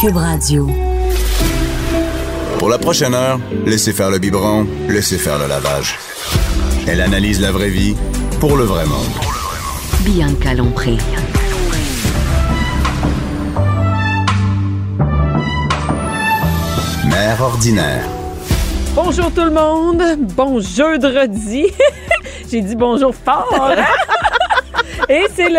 Cube Radio. Pour la prochaine heure, laissez faire le biberon, laissez faire le lavage. Elle analyse la vraie vie pour le vrai monde. Bianca Lompré. Mère ordinaire. Bonjour tout le monde. Bon jeudi. J'ai dit bonjour fort. hein? Et c'est le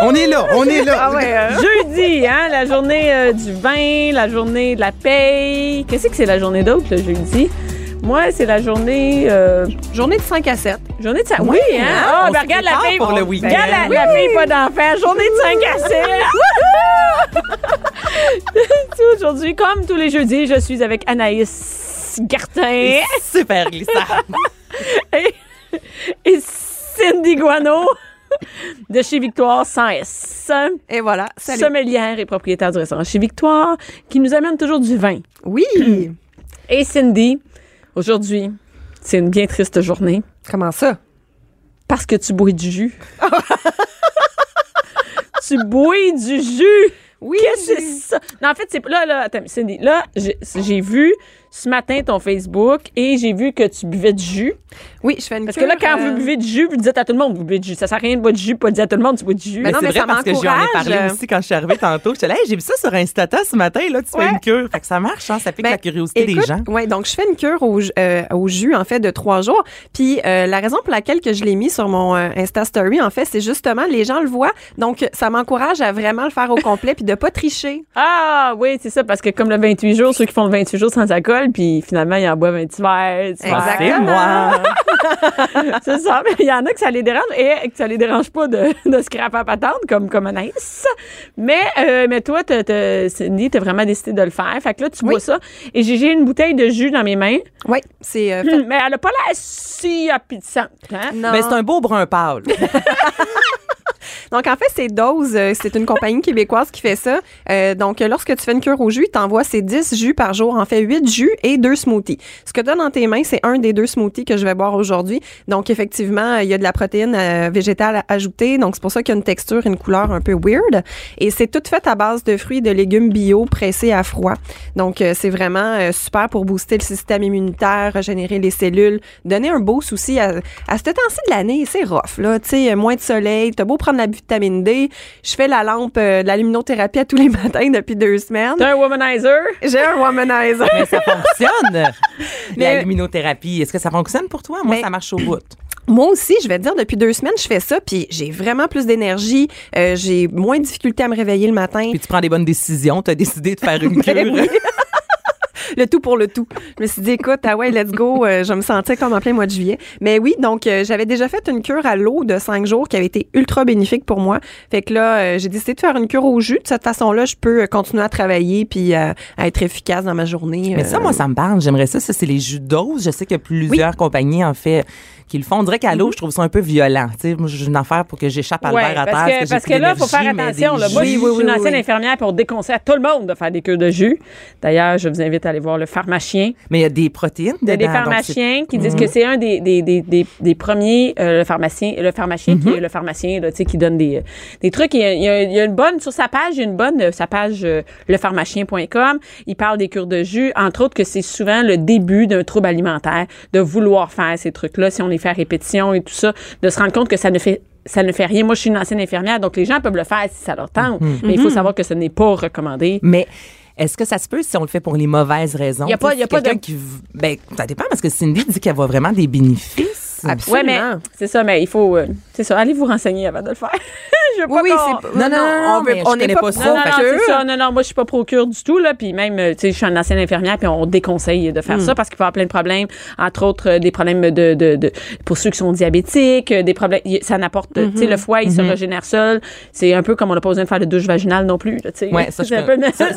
On est là, on est là. Ah ouais, hein? jeudi, hein, la journée euh, du vin, la journée de la paye. Qu'est-ce que c'est la journée d'autre le jeudi? Moi, c'est la journée. euh, Journée de 5 à 7. journée de. sa- Oui, hein? hein? Ah, On ben se regarde la prépare paye. pour le week-end. Regarde la, la paye, pas d'enfer. Journée de 5 à 7. Wouhou! Aujourd'hui, comme tous les jeudis, je suis avec Anaïs Gartin. Super glissant. et, et Cindy Guano de chez Victoire sans S. Et voilà. Salut. Sommelière et propriétaire du restaurant chez Victoire, qui nous amène toujours du vin. Oui. Et Cindy, aujourd'hui, c'est une bien triste journée Comment ça? parce que tu bois du jus. tu bois du jus! Oui. Qu'est-ce que c'est ça? Non, en fait, c'est là, là, attends, Cindy, là, j'ai- j'ai vu ce matin ton Facebook et j'ai vu que tu buvais du jus. Oui, je fais une Parce que là, cure, quand euh, vous buvez du jus, vous dites à tout le monde, vous buvez du jus. Ça sert à rien de boire du jus, pas de dire à tout le monde, tu bois du jus. Mais Mais non, c'est mais vrai ça parce que j'en ai m'encourage. parlé aussi quand je suis arrivée tantôt. Je suis là, Hey, j'ai vu ça sur Instata ce matin, là, tu fais Ouais. une cure. Fait que ça marche, hein, ça pique ben, la curiosité écoute, des gens. Ouais, donc je fais une cure au, ju- euh, au jus en fait de trois jours. Puis euh, la raison pour laquelle que je l'ai mis sur mon euh, Insta Story en fait, c'est justement les gens le voient, donc ça m'encourage à vraiment le faire au complet puis de pas tricher. Ah oui, c'est ça, parce que comme le 28 jours, ceux qui font le 28 jours sans alcool, puis finalement, ils en boivent un petit verre. tu vois. Ah, Exactement. C'est moi. C'est ça, mais il y en a que ça les dérange et que ça les dérange pas de, de se craper à patente comme, comme Anaïs. Mais, euh, mais toi, t'as- t'as- Cindy, t'as vraiment décidé de le faire. Fait que là, tu Oui. bois ça. Et j'ai j'ai une bouteille de jus dans mes mains, Ouais, c'est euh, fait- mais elle a pas l'air si appétissante. hein? non. Ben, c'est un beau brun pâle. Donc, en fait, c'est Dose. euh, C'est une compagnie québécoise qui fait ça. Euh, donc, euh, lorsque tu fais une cure au jus, t'envoies ces 10 jus par jour. En fait, 8 jus et 2 smoothies. Ce que donne dans tes mains, c'est un des deux smoothies que je vais boire aujourd'hui. Donc, effectivement, euh, il y a de la protéine euh, végétale à ajouter. Donc, c'est pour ça qu'il y a une texture, une couleur un peu weird. Et c'est tout fait à base de fruits et de légumes bio pressés à froid. Donc, euh, c'est vraiment euh, super pour booster le système immunitaire, régénérer les cellules, donner un beau souci à, à ce temps-ci de l'année. C'est rough, là. Tu sais, euh, moins de soleil, t'as beau prendre la vitamine D. Je fais la lampe euh, de la luminothérapie à tous les matins depuis deux semaines. T'es un womanizer? J'ai un womanizer. Mais ça fonctionne. La Mais- luminothérapie, est-ce que ça fonctionne pour toi? Moi, Mais- ça marche au bout. Moi aussi, je vais te dire, depuis deux semaines, je fais ça, puis j'ai vraiment plus d'énergie. euh, j'ai moins de difficulté à me réveiller le matin. Puis tu prends des bonnes décisions. Tu as décidé de faire une Ben cure. oui. le tout pour le tout. Je me suis dit, écoute, ah ouais, let's go. Euh, je me sentais comme en plein mois de juillet. Mais oui, donc euh, j'avais déjà fait une cure à l'eau de cinq jours qui avait été ultra bénéfique pour moi. Fait que là, euh, j'ai décidé de faire une cure au jus. De cette façon-là, je peux euh, continuer à travailler puis euh, à être efficace dans ma journée. Mais ça, Euh, moi, ça me parle. J'aimerais ça. Ça, c'est les jus d'ose. Je sais qu'il y a plusieurs compagnies, en fait, qui le font. On dirait qu'à l'eau, je trouve ça un peu violent. Tu sais, moi, j'ai une affaire pour que j'échappe à le Mm-hmm. Ouais, verre à terre. parce que, j'ai parce plus que là, il faut d'énergie, faire mais des attention. Là. Moi, jus- je suis une ancienne infirmière pour déconseille à tout le monde de faire des cures de jus. D'ailleurs, je vous invite à aller voir le pharmacien. Mais il y a des protéines Il y dedans. a des donc c'est- Mhm. pharmaciens qui disent que c'est un des, des, des, des, des premiers, euh, le pharmacien, le pharmacien Mhm. qui est le pharmacien, là, tu sais, qui donne des, euh, des trucs. Il y, a, il y a- il y a une bonne, sur sa page, il y a une bonne, euh, sa page euh, lepharmacien.com, il parle des cures de jus, entre autres que c'est souvent le début d'un trouble alimentaire, de vouloir faire ces trucs-là, si on les fait à répétition et tout ça, de se rendre compte que ça ne fait ça ne fait rien. Moi, je suis une ancienne infirmière, donc les gens peuvent le faire si ça leur tente, Mhm. mais il faut savoir que ce n'est pas recommandé. Mais est-ce que ça se peut si on le fait pour les mauvaises raisons? Y a pas- Tu sais, y a si pas de- quelqu'un qui v- Ben, ça dépend parce que Cindy dit qu'elle voit vraiment des bénéfices. complexe. Ouais, mais Absolument. c'est ça, mais il faut. euh, c'est ça, allez vous renseigner avant de le faire. je veux pas Oui, oui, qu'on- c'est Non, non, non, on veut- mais je on n'est pas connais pas pro ça, Non, non, non, Fait c'est ça. Non, non, moi, je suis pas procure du tout, là. Puis même, euh, tu sais, je suis une ancienne infirmière, puis on déconseille de faire Hmm. ça parce qu'il peut y avoir plein de problèmes, entre autres, euh, des problèmes de, de, de- pour ceux qui sont diabétiques, euh, des problèmes, y- ça n'apporte, euh, tu Mhm. sais, le foie, il se régénère seul. C'est un peu comme on n'a pas besoin de faire de douche vaginale non plus, là, tu sais. Ouais, ça, je C'est un peu- connais. Ça,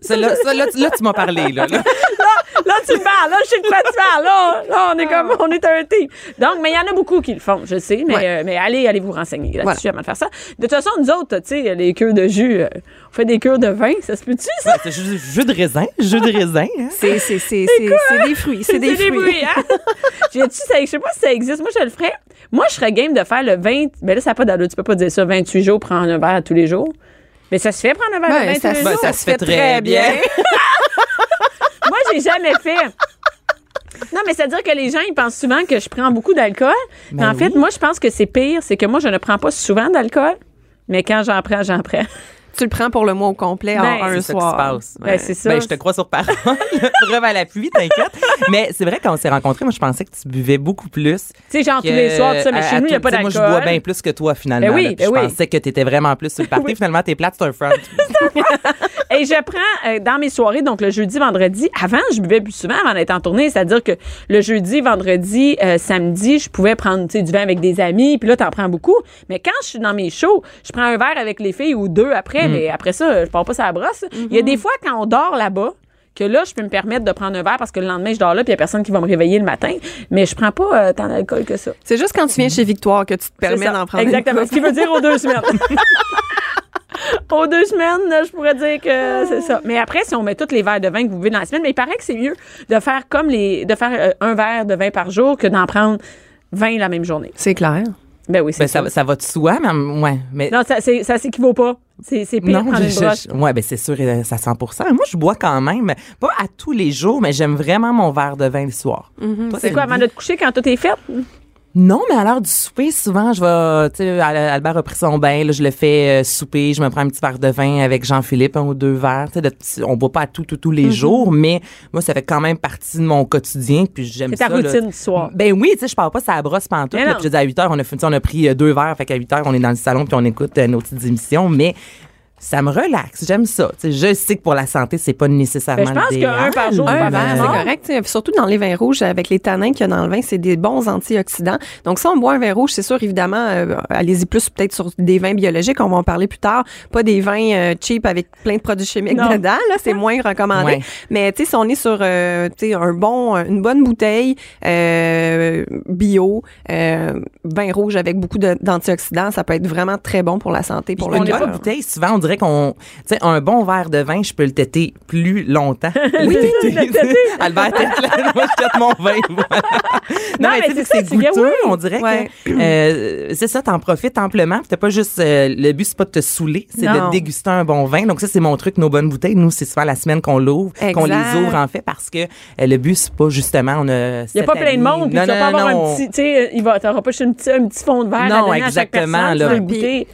ça, là, ça, là, tu- là, tu m'as parlé, là. là. là, tu me parles, là, je sais de quoi tu parles, là, là, on est comme, on est un team. Donc, mais il y en a beaucoup qui le font, je sais, mais, Ah. Ouais. euh, mais allez, allez vous renseigner là-dessus avant de faire ça. De toute façon, nous autres, tu sais, les cures de jus, euh, on fait des cures de vin, ça se peut-tu, ça? C'est jus, jus de raisin, jus de raisin. hein. C'est c'est- c'est- c'est- c'est des fruits. C'est des fruits. bruits, hein? J'ai- tu sais, je sais pas si ça existe. Moi, je le ferais. Moi, je serais game de faire le 20. Mais là, ça n'a pas d'allure. Tu peux pas dire ça. 28 jours, prendre un verre tous les jours. Mais ça se fait prendre un verre le Ben, 20 tous les ben, jours. ça se fait très bien. Moi, j'ai jamais fait. Non, mais c'est-à-dire que les gens, ils pensent souvent que je prends beaucoup d'alcool. mais Ben en fait, oui. moi, je pense que c'est pire. C'est que moi, je ne prends pas souvent d'alcool. Mais quand j'en prends, j'en prends. tu le prends pour le mois au complet en Ben, un C'est ça qui se soir. passe. Ben, c'est ça. Ben, je te crois sur parole. Preuve à l'appui, t'inquiète. Mais c'est vrai, quand on s'est rencontrés, moi, je pensais que tu buvais beaucoup plus. Tu sais, genre que- Ah, tous les soirs, tout ça, mais à- chez à nous, il n'y a tout- pas tu sais, d'alcool. Moi, je bois bien plus que toi, finalement. Ben oui, là, puis ben je oui. pensais que tu étais vraiment plus sur le party. Finalement, tes plates, c'est un front. Et je prends euh, dans mes soirées, donc le jeudi, vendredi. Avant, je buvais plus souvent avant d'être en tournée. C'est-à-dire que le jeudi, vendredi, euh, samedi, je pouvais prendre tu sais, du vin avec des amis. Puis là, t'en prends beaucoup. Mais quand je suis dans mes shows, je prends un verre avec les filles ou deux après. Mais après ça, je pars pas ça brosse. Il y a des fois quand on dort là-bas que là, je peux me permettre de prendre un verre parce que le lendemain, je dors là, puis il y a personne qui va me réveiller le matin. Mais je prends pas euh, tant d'alcool que ça. C'est juste quand tu Mm. viens chez Victoire que tu te C'est permets ça. d'en prendre. une Exactement. coupe. Ce qui veut dire aux deux semaines. aux deux semaines, je pourrais dire que c'est ça. Mais après, si on met tous les verres de vin que vous buvez dans la semaine, mais il paraît que c'est mieux de faire comme les, de faire euh, un verre de vin par jour que d'en prendre 20 la même journée. C'est clair. Ben oui, c'est Ben, ça. ça, ça va de soi, mais ouais. Mais Non, ça, c'est- ça s'équivaut pas. C'est, c'est pire prendre je- une je- broche. je- ouais, ben c'est sûr, euh, ça 100 Moi, je bois quand même, pas à tous les jours, mais j'aime vraiment mon verre de vin le soir. Mm. Toi, C'est quoi, avant de te coucher, quand tout est fait? Non, mais à l'heure du souper, souvent, je vais, tu sais, Al- Albert a pris son bain, là, je le fais euh, souper, je me prends un petit verre de vin avec Jean-Philippe, un ou deux verres, tu sais, de petits- on boit pas à tout, tout, tous les Mm-hmm. jours, mais moi, ça fait quand même partie de mon quotidien, puis j'aime C'est ça. ta là. routine du soir. Ben oui, tu sais, je parle pas, ça brosse pantoute. Mais là, non. Puis je dis à 8 heures, on a fini, on a pris euh, deux verres, fait qu'à 8 heures, on est dans le salon puis on écoute euh, nos petites émissions, mais ça me relaxe, j'aime ça. Tu sais, je sais que pour la santé, c'est pas nécessairement Ben, je pense le qu'un idéal, par jour, mais- pas Un verre, mal. c'est Ah. correct. tu sais, Surtout dans les vins rouges, avec les tanins qu'il y a dans le vin, c'est des bons antioxydants. Donc, si on boit un vin rouge, c'est sûr, évidemment, euh, allez-y plus peut-être sur des vins biologiques, on va en parler plus tard. Pas des vins euh, cheap avec plein de produits chimiques Non. dedans, là, c'est moins recommandé. Ouais. Mais, tu sais, si on est sur, euh, tu sais, un bon, une bonne bouteille euh, bio, euh, vin rouge avec beaucoup de- d'antioxydants, ça peut être vraiment très bon pour la santé, pour le une corps. bonne bouteille, souvent, on dirait qu'on. Tu sais, un bon verre de vin, je peux le têter plus longtemps. Oui, Albert, tête-la. moi, je tête mon vin. voilà. Non, Non, mais mais tu c'est sais, c'est ça, tu dis, goûteux. oui. On dirait Ouais. que. euh, c'est ça, t'en profites amplement. Puis t'as pas juste. euh, le but, c'est pas de te saouler, c'est Non. de déguster un bon vin. Donc, ça, c'est mon truc, nos bonnes bouteilles. Nous, c'est souvent la semaine qu'on l'ouvre, qu'on les Exact. ouvre, en fait, parce que euh, le but, c'est pas justement. on a Il n'y a pas plein de monde, puis tu vas pas avoir un petit, tu sais, il va, t'auras pas juste un petit, un petit fond de verre à Non, donner à chaque exactement, personne, tu vas là. le goûter.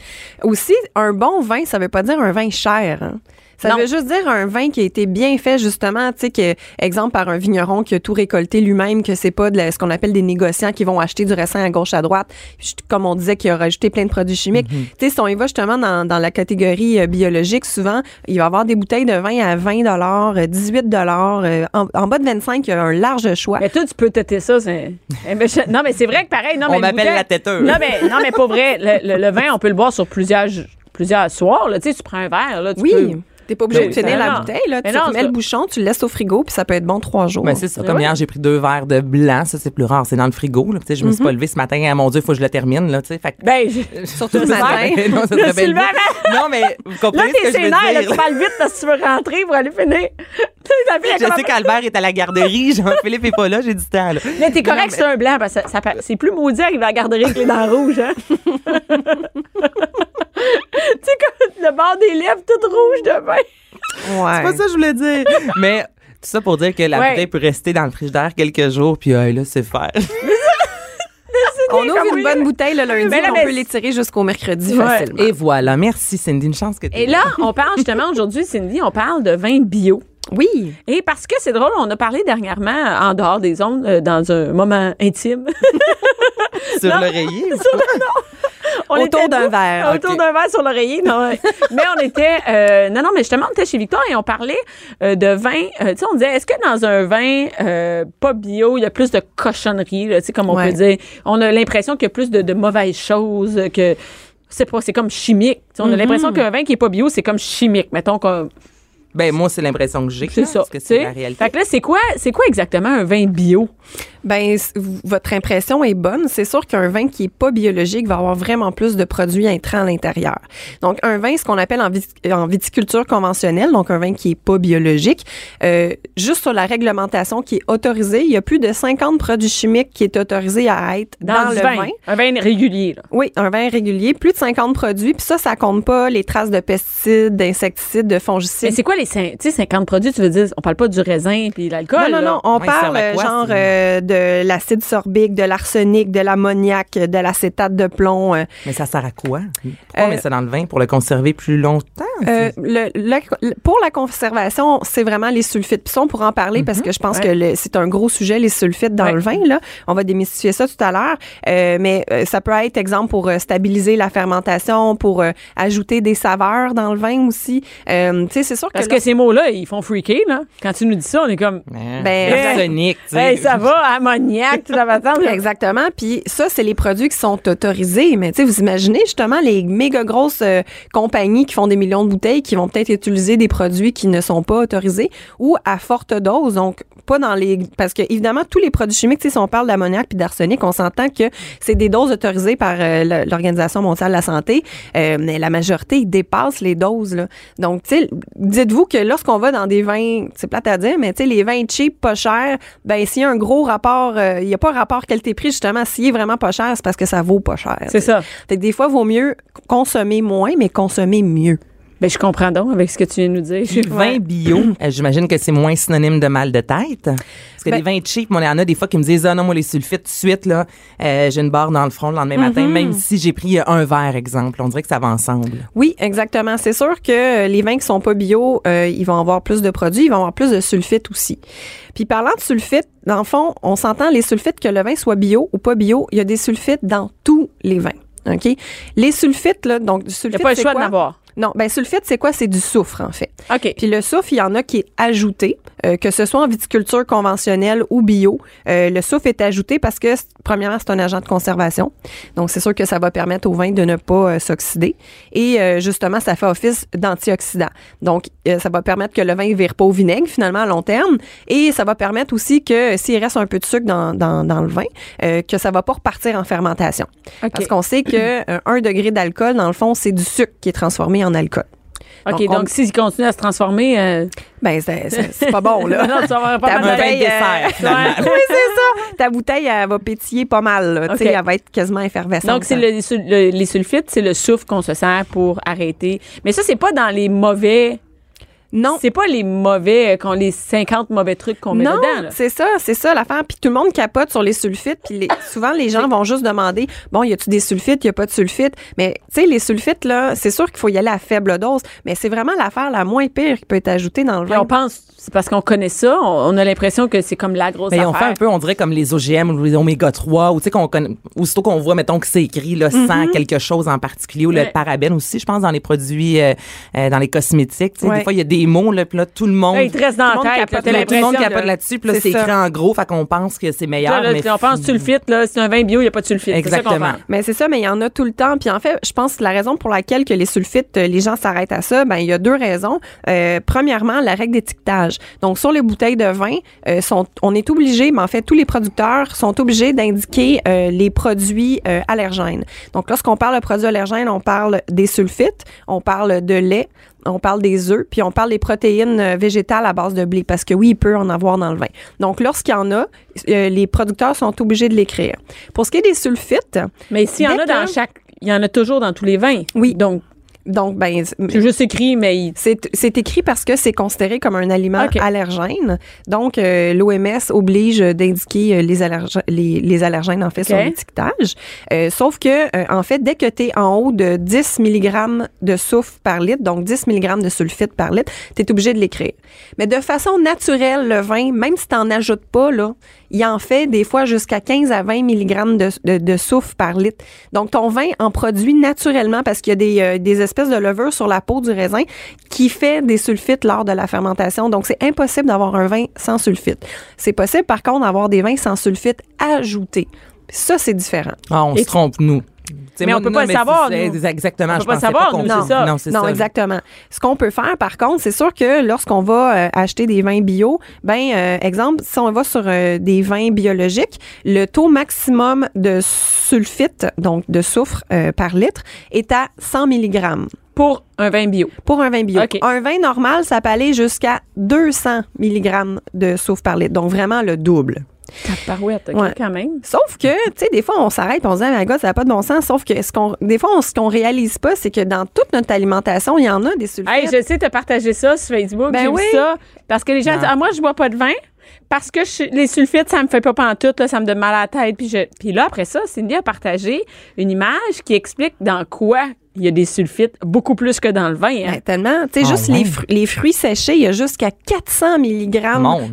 Aussi, un bon vin, ça veut pas dire un vin cher. hein. Ça Non. veut juste dire un vin qui a été bien fait, justement, tu sais, que, exemple, par un vigneron qui a tout récolté lui-même, que c'est pas de la- ce qu'on appelle des négociants qui vont acheter du raisin à gauche, à droite, puis comme on disait, qui a rajouté plein de produits chimiques. Tu sais, si on y va justement dans, dans la catégorie euh, biologique, souvent, il va y avoir des bouteilles de vin à 20 euh, 18 euh, en, en bas de 25, il y a un large choix. Mais toi, tu peux têter ça. c'est- Eh ben, je- Non, mais c'est vrai que pareil. Non, On mais le m'appelle bouteille- la têteuse. Non, mais, non, mais pas vrai. Le, le- le vin, on peut le boire sur plusieurs, plusieurs soirs. Là. Tu sais, tu prends un verre. Là, tu peux- oui. T'es pas obligé Ben de oui, finir ça, la non. bouteille, là. Mais tu non, remets ça- le bouchon, tu le laisses au frigo, puis ça peut être bon trois jours. Ben, c'est ça. Comme ouais. hier, j'ai pris deux verres de blanc. Ça, c'est plus rare. C'est dans le frigo. Là. Tu sais, Je me suis pas levée ce matin. Ah, mon Dieu, il faut que je le termine. Là, tu sais. fait que- Ben, je- Surtout le Ça matin. serait bien- non, ça Je serait suis bien levée le- Non, mais vous là, comprenez ce t'es que je veux sénère. là, dire. tu parles vite parce que tu veux rentrer pour aller finir. Tu sais, la fille, elle Je sais commence- qu'Albert est à la garderie. Jean-Philippe est pas là. J'ai du temps. là. Mais t'es correct, c'est un blanc. Parce que ça- ça pa- c'est plus maudit arriver à la garderie que les dents rouges. Hein? tu sais, comme le bord des lèvres tout rouge de vin. C'est pas ça que je voulais dire. Mais tout ça pour dire que la Ouais. bouteille peut rester dans le frigidaire quelques jours. Puis hey, là, c'est faire. On ouvre comme une oui. bonne bouteille le lundi, Mais là, on mais- peut l'étirer jusqu'au mercredi Ouais. facilement. Et voilà. Merci, Cindy. Une chance que tu Et là, on parle justement aujourd'hui, Cindy, on parle de vin bio. Oui. Et parce que c'est drôle, on a parlé dernièrement euh, en dehors des ondes, euh, dans un moment intime, sur l'oreiller. On Autour était d'un debout, verre, Autour ok. d'un verre sur l'oreiller. Non, mais on était. euh, non, non, mais justement, on était chez Victoire et on parlait euh, de vin. Euh, tu sais, on disait, est-ce que dans un vin euh, pas bio, il y a plus de cochonneries, là, tu sais, comme on Ouais. peut dire. On a l'impression qu'il y a plus de, de mauvaises choses euh, que. C'est pas, c'est comme chimique. Tu sais, on a l'impression qu'un vin qui est pas bio, c'est comme chimique. Mettons qu'on- Ben, moi, c'est l'impression que j'ai. c'est là, ça. Parce que c'est la réalité. Fait que là, c'est quoi, c'est quoi exactement un vin bio? Ben, s- v- votre impression est bonne. C'est sûr qu'un vin qui est pas biologique va avoir vraiment plus de produits intrants à l'intérieur. Donc, un vin, ce qu'on appelle en, vit- en viticulture conventionnelle, donc un vin qui est pas biologique, euh, juste sur la réglementation qui est autorisée, il y a plus de 50 produits chimiques qui est autorisé à être dans, du le vin. vin. Un vin régulier, là. Oui, un vin régulier, plus de 50 produits, puis ça, ça compte pas les traces de pesticides, d'insecticides, de Mais fongicides. c'est quoi les cin- tu sais, 50 produits? Tu veux dire, on parle pas du raisin puis l'alcool. Non, non, là. non, on Ouais, ils servent parle à euh, quoi, genre ces- euh, de l'acide sorbique, de l'arsenic, de l'ammoniac, euh, de l'acétate de plomb. euh. Mais ça sert à quoi? Pourquoi on Euh, met ça dans le vin? Pour le conserver plus longtemps? Euh, le- le- pour la conservation, c'est vraiment les sulfites. Puis ça, on pourra en parler parce que je pense Mhm. ouais. que le- c'est un gros sujet, les sulfites dans Ouais. le vin. Là. On va démystifier ça tout à l'heure. Euh, mais euh, ça peut être, exemple, pour euh, stabiliser la fermentation, pour euh, ajouter des saveurs dans le vin aussi. Euh, tu sais, c'est sûr Parce que que ces mots-là, ils font freaker, là. Quand tu nous dis ça, on est comme, Ben, ben, l'arsenic, tu sais. hey, ça va, ammoniac, tout ça va attendre. Exactement. Puis ça, c'est les produits qui sont autorisés. Mais tu sais, vous imaginez justement les méga grosses euh, compagnies qui font des millions de bouteilles qui vont peut-être utiliser des produits qui ne sont pas autorisés ou à forte dose. Donc, pas dans les... Parce que évidemment, tous les produits chimiques, tu sais, si on parle d'ammoniac puis d'arsenic, on s'entend que c'est des doses autorisées par euh, la- l'Organisation mondiale de la santé. Euh, mais la majorité, ils dépassent les doses. Là. Donc, tu sais, dites-vous que lorsqu'on va dans des vins, c'est plate à dire, mais tu sais, les vins cheap, pas chers, ben s'il y a un gros rapport, euh, il n'y a pas un rapport qualité-prix, justement, s'il est vraiment pas cher, c'est parce que ça vaut pas cher. C'est ça. Fait que des fois, vaut mieux consommer moins, mais consommer mieux. Ben, je comprends donc avec ce que tu viens de nous dire. Puis vin bio, euh, j'imagine que c'est moins synonyme de mal de tête. Parce que Ben- des vins cheap, moi, il y en a des fois qui me disent, ah non, moi, les sulfites, tout de suite, là, euh, j'ai une barre dans le front le lendemain matin, même si j'ai pris euh, un verre, exemple. On dirait que ça va ensemble. Oui, exactement. C'est sûr que euh, les vins qui sont pas bio, euh, ils vont avoir plus de produits, ils vont avoir plus de sulfite aussi. Puis parlant de sulfite, dans le fond, on s'entend les sulfites que le vin soit bio ou pas bio, il y a des sulfites dans tous les vins. OK? Les sulfites là, donc du Il n'y sulfite a pas le c'est choix quoi? d'en avoir. Non, ben sulfite c'est quoi C'est du soufre en fait. OK. Puis le soufre, il y en a qui est ajouté, euh, que ce soit en viticulture conventionnelle ou bio. Euh, le soufre est ajouté parce que, c- premièrement, c'est un agent de conservation. Donc, c'est sûr que ça va permettre au vin de ne pas euh, s'oxyder. Et euh, justement, ça fait office d'antioxydant. Donc, euh, ça va permettre que le vin ne vire pas au vinaigre, finalement, à long terme. Et ça va permettre aussi que euh, s'il reste un peu de sucre dans, dans, dans le vin, euh, que ça va pas repartir en fermentation. OK. Parce qu'on sait que euh, un degré d'alcool, dans le fond, c'est du sucre qui est transformé en alcool. OK, on- donc s'il continue à se transformer. euh, Ben, c'est- c'est c'est pas bon, là. non, tu vas avoir pas Ta mal de bouteille, dessert, euh, finalement. oui, c'est ça. Ta bouteille, elle va pétiller pas mal. là. Tu sais, OK. Elle va être quasiment effervescente. Donc, c'est le- les sul- le- les sulfites, c'est le soufre qu'on se sert pour arrêter. Mais ça, c'est pas dans les mauvais. Non. C'est pas les mauvais, euh, qu'on les 50 mauvais trucs qu'on met Non, dedans. là. c'est ça, c'est ça l'affaire. Puis tout le monde capote sur les sulfites. Puis les- souvent, les gens vont juste demander, bon, y a-tu des sulfites, y a pas de sulfites. Mais tu sais, les sulfites, là, c'est sûr qu'il faut y aller à faible dose. Mais c'est vraiment l'affaire la moins pire qui peut être ajoutée dans le Puis vin. on pense, c'est parce qu'on connaît ça, on, on a l'impression que c'est comme la grosse Mais affaire. Ben, on fait un peu, on dirait comme les OGM ou les oméga 3, ou tu sais, qu'on connaît, aussitôt qu'on voit, mettons, que c'est écrit, là, sans quelque chose en particulier, ou Ouais. le parabène aussi, je pense, dans les produits, euh, euh, dans les cosmétiques. tu sais, Ouais Des Ouais. fois, il y a des mots, là, puis là, tout le monde. Là, il te reste dans Tout la le monde tête. là, capote t'as Là, tout le monde l'impression capote de- là-dessus, puis là, C'est c'est ça. écrit en gros, fait qu'on pense que c'est meilleur. Là, là, mais on pense sulfite, là, c'est un vin bio, il n'y a pas de sulfite. C'est ça qu'on Exactement. parle. Mais c'est ça, mais il y en a tout le temps. Puis en fait, je pense que la raison pour laquelle que les sulfites, euh, les gens s'arrêtent à ça, ben il y a deux raisons. Euh, premièrement, la règle d'étiquetage. Donc sur les bouteilles de vin, euh, sont, on est obligé, mais en fait tous les producteurs sont obligés d'indiquer euh, les produits euh, allergènes. Donc lorsqu'on parle de produits allergènes, on parle des sulfites, on parle de lait, on parle des œufs, puis on parle des protéines euh, végétales à base de blé, parce que oui, il peut en avoir dans le vin. Donc, lorsqu'il y en a, euh, les producteurs sont obligés de l'écrire. Pour ce qui est des sulfites, Mais s'il y en a Dès dans que- chaque. Il y en a toujours dans tous les vins. Oui. Donc, Donc, ben, C'est juste écrit, mais il- c'est c'est écrit parce que c'est considéré comme un aliment Ok. allergène. Donc, euh, l'OMS oblige d'indiquer euh, les, allerg- les, les allergènes, en fait, sur Ok. l'étiquetage. Euh, sauf que, euh, en fait, dès que tu es en haut de 10 mg de soufre par litre, donc 10 mg de sulfite par litre, tu es obligé de l'écrire. Mais de façon naturelle, le vin, même si tu n'en ajoutes pas, là, il en fait des fois jusqu'à 15 à 20 mg de, de, de soufre par litre. Donc, ton vin en produit naturellement parce qu'il y a des, euh, des espèces de levures sur la peau du raisin qui fait des sulfites lors de la fermentation. Donc, c'est impossible d'avoir un vin sans sulfite. C'est possible, par contre, d'avoir des vins sans sulfite ajoutés. Ça, c'est différent. Ah, on se Et- trompe, nous. Mais on peut pas le savoir, nous. Exactement. On je peut pas le pensais savoir, qu'on- nous, c'est ça. Non, c'est non, ça. exactement. Ce qu'on peut faire, par contre, c'est sûr que lorsqu'on va euh, acheter des vins bio, ben, euh, exemple, si on va sur euh, des vins biologiques, le taux maximum de sulfite, donc de soufre euh, par litre, est à 100 mg pour un vin bio. pour un vin bio. OK. Un vin normal, ça peut aller jusqu'à 200 mg de soufre par litre, donc vraiment le double. Parouette, Ouais. quand même. Sauf que, tu sais, des fois, on s'arrête et on se dit, ah, my God, ça n'a pas de bon sens. Sauf que, ce qu'on, des fois, on, ce qu'on réalise pas, c'est que dans toute notre alimentation, il y en a des sulfites. Hey, je sais, t'as partagé ça sur Facebook. Ben j'ai vu oui. ça. Parce que les gens Non. disent, ah, moi, je bois pas de vin. Parce que je- les sulfites, ça me fait pas pantoute, là, ça me donne mal à la tête. Puis, je, puis là, après ça, Cindy a partagé une image qui explique dans quoi il y a des sulfites beaucoup plus que dans le vin. hein. Ben, tellement. Tu sais, Ah juste ouais. les, fru- les fruits séchés, il y a jusqu'à 400 Mon mg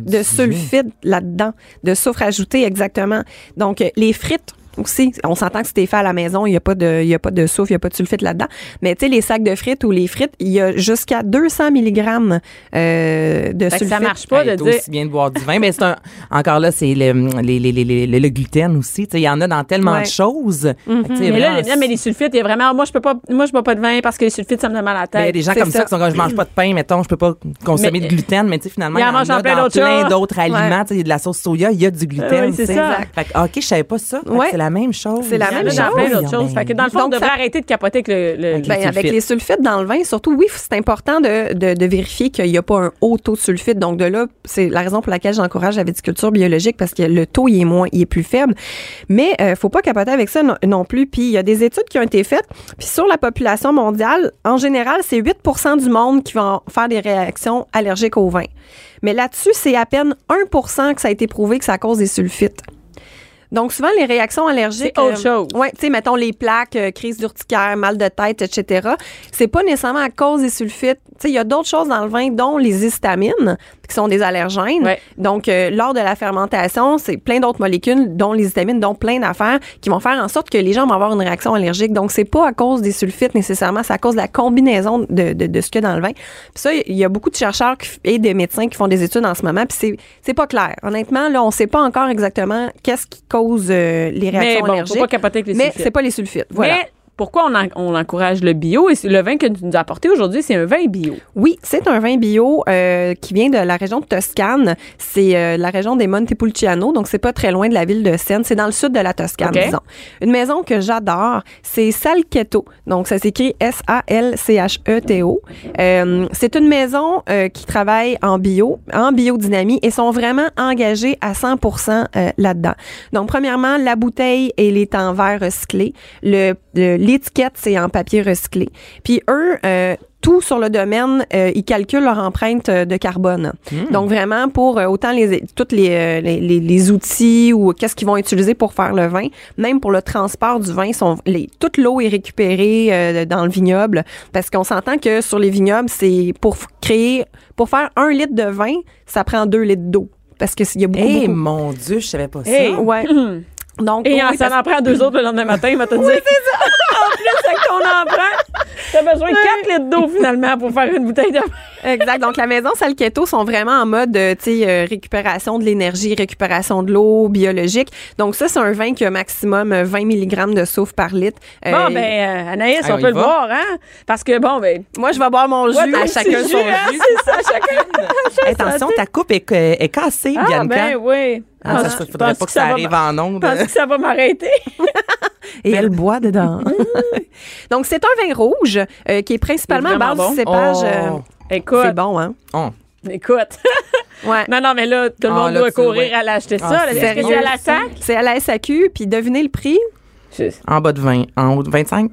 Dieu. de sulfite là-dedans, de soufre ajouté exactement. Donc, euh, les frites aussi, on s'entend que c'était fait à la maison, il n'y a, pas de- il y a pas de soufre, il n'y a pas de sulfite là-dedans. Mais tu sais, les sacs de frites ou les frites, il y a jusqu'à 200 mg euh, de Fait que sulfite. ça marche pas de Hey, t'as dire. ben, aussi bien de boire du vin. Mais c'est un, encore là, c'est le, les- les- les- les- le, le gluten aussi. Tu sais, Il y en a dans tellement Ouais. de choses. Mm-hmm. Hum, Mais là, le- non, mais les sulfites, il y a vraiment, moi, je peux pas, moi, je bois pas de vin parce que les sulfites, ça me donne mal à la tête. ben, il y a des gens c'est comme ça, ça. qui sont comme je mange pas de pain, mettons, je peux pas consommer Mais- de gluten, mais tu sais, finalement, Il il y y en en mange a dans plein dans d'autres choses. plein d'autres Ouais. aliments. Tu sais, Il y a de la sauce soya, il y a du gluten. oui, Euh, c'est tu sais. ça. Fait que, OK, je savais pas ça. Fait que Ouais. C'est la même chose. C'est la Il y en même a dans chose. plein d'autres choses. Fait que dans le fond, Donc, on devrait ça- arrêter de capoter avec le. le- le- Ben, Les avec sulfites. les sulfites dans le vin, surtout, oui, c'est important de, de, de vérifier qu'il n'y a pas un haut taux de sulfite. Donc, de là, c'est la raison pour laquelle j'encourage la viticulture biologique parce que le taux, il est moins, il est plus faible. Mais, euh, faut pas capoter avec ça non, non plus. Puis, il y a des études qui ont été faites. Puis, sur la population mondiale, en général, c'est 8 du monde qui vont faire des réactions allergiques au vin. Mais là-dessus, c'est à peine 1 que ça a été prouvé que ça cause des sulfites. Donc, souvent, les réactions allergiques. euh, C'est autre chose. Oui, tu sais, mettons les plaques, euh, crise d'urticaire, mal de tête, etc. C'est pas nécessairement à cause des sulfites. Tu sais, il y a d'autres choses dans le vin, dont les histamines, qui sont des allergènes. Ouais. Donc, euh, lors de la fermentation, c'est plein d'autres molécules, dont les histamines, dont plein d'affaires, qui vont faire en sorte que les gens vont avoir une réaction allergique. Donc, c'est pas à cause des sulfites nécessairement, c'est à cause de la combinaison de, de, de ce qu'il y a dans le vin. Puis ça, il y a beaucoup de chercheurs qui f- et des médecins qui font des études en ce moment, puis c'est- c'est pas clair. Honnêtement, là, on sait pas encore exactement qu'est-ce qui cause euh, les Mais réactions bon, faut allergiques. pas capoter avec les mais sulfites. c'est pas les sulfites. Voilà. Mais pourquoi on, en- on encourage le bio? Et c'est- le vin que tu nous as apporté aujourd'hui, c'est un vin bio. Oui, c'est un vin bio euh, qui vient de la région de Toscane. C'est euh, la région des Montepulciano, donc c'est pas très loin de la ville de Seine. C'est dans le sud de la Toscane, Ok. disons. Une maison que j'adore, c'est Salchetto. Donc ça s'écrit S-A-L-C-H-E-T-O. E Euh, c'est une maison euh, qui travaille en bio, en biodynamie et sont vraiment engagés à 100 euh, là-dedans. Donc premièrement, la bouteille, elle est en verre recyclé. Le- le- L'étiquette, c'est en papier recyclé. Puis eux, euh, tout sur le domaine, euh, ils calculent leur empreinte euh, de carbone. Hmm. Donc vraiment pour euh, autant les toutes les, euh, les, les- les outils ou qu'est-ce qu'ils vont utiliser pour faire le vin, même pour le transport du vin, sont les, toute l'eau est récupérée euh, dans le vignoble parce qu'on s'entend que sur les vignobles, c'est pour f- créer pour faire un litre de vin, ça prend deux litres d'eau parce que s'il y a beaucoup, Eh beaucoup- Eh, mon Dieu, je savais pas ça. Hey. Ouais. Donc Et oui, en- parce- ça en prend deux autres le lendemain matin, il m'a tout dit. c'est ça. en plus, avec ton emprunt, t'as besoin de 4 litres d'eau finalement pour faire une bouteille de Exact. Donc, la maison Salketo sont vraiment en mode, euh, tu sais, euh, récupération de l'énergie, récupération de l'eau biologique. Donc, ça, c'est un vin qui a maximum euh, 20 mg de soufre par litre. Euh, Bon, ben, euh, Anaïs, Hey, on on y peut le va. boire, hein? Parce que, bon, ben. moi, je vais boire mon jus. ouais, À chacun petit son jus, hein, jus. C'est ça, chacun. Attention, ta coupe est, est cassée, Ah, Bianca. ben oui. Ah, Pense- ça, ça, faudrait pense pas que ça, va arrive m'a- en ondes. Pense que ça va m'arrêter. Et elle boit dedans. Donc, c'est un vin rouge euh, qui est principalement Il à est vraiment base de bon. cépage. euh, Oh. euh, C'est Écoute, bon, hein? Oh. écoute. Ouais. Non, non, mais là, tout le Ah, monde là, doit tu- courir ouais. à l'acheter ça. Ah, là. c'est Est-ce que c'est à la sac? C'est à la SAQ, puis devinez le prix? Je- En bas de 20, en haut de 25.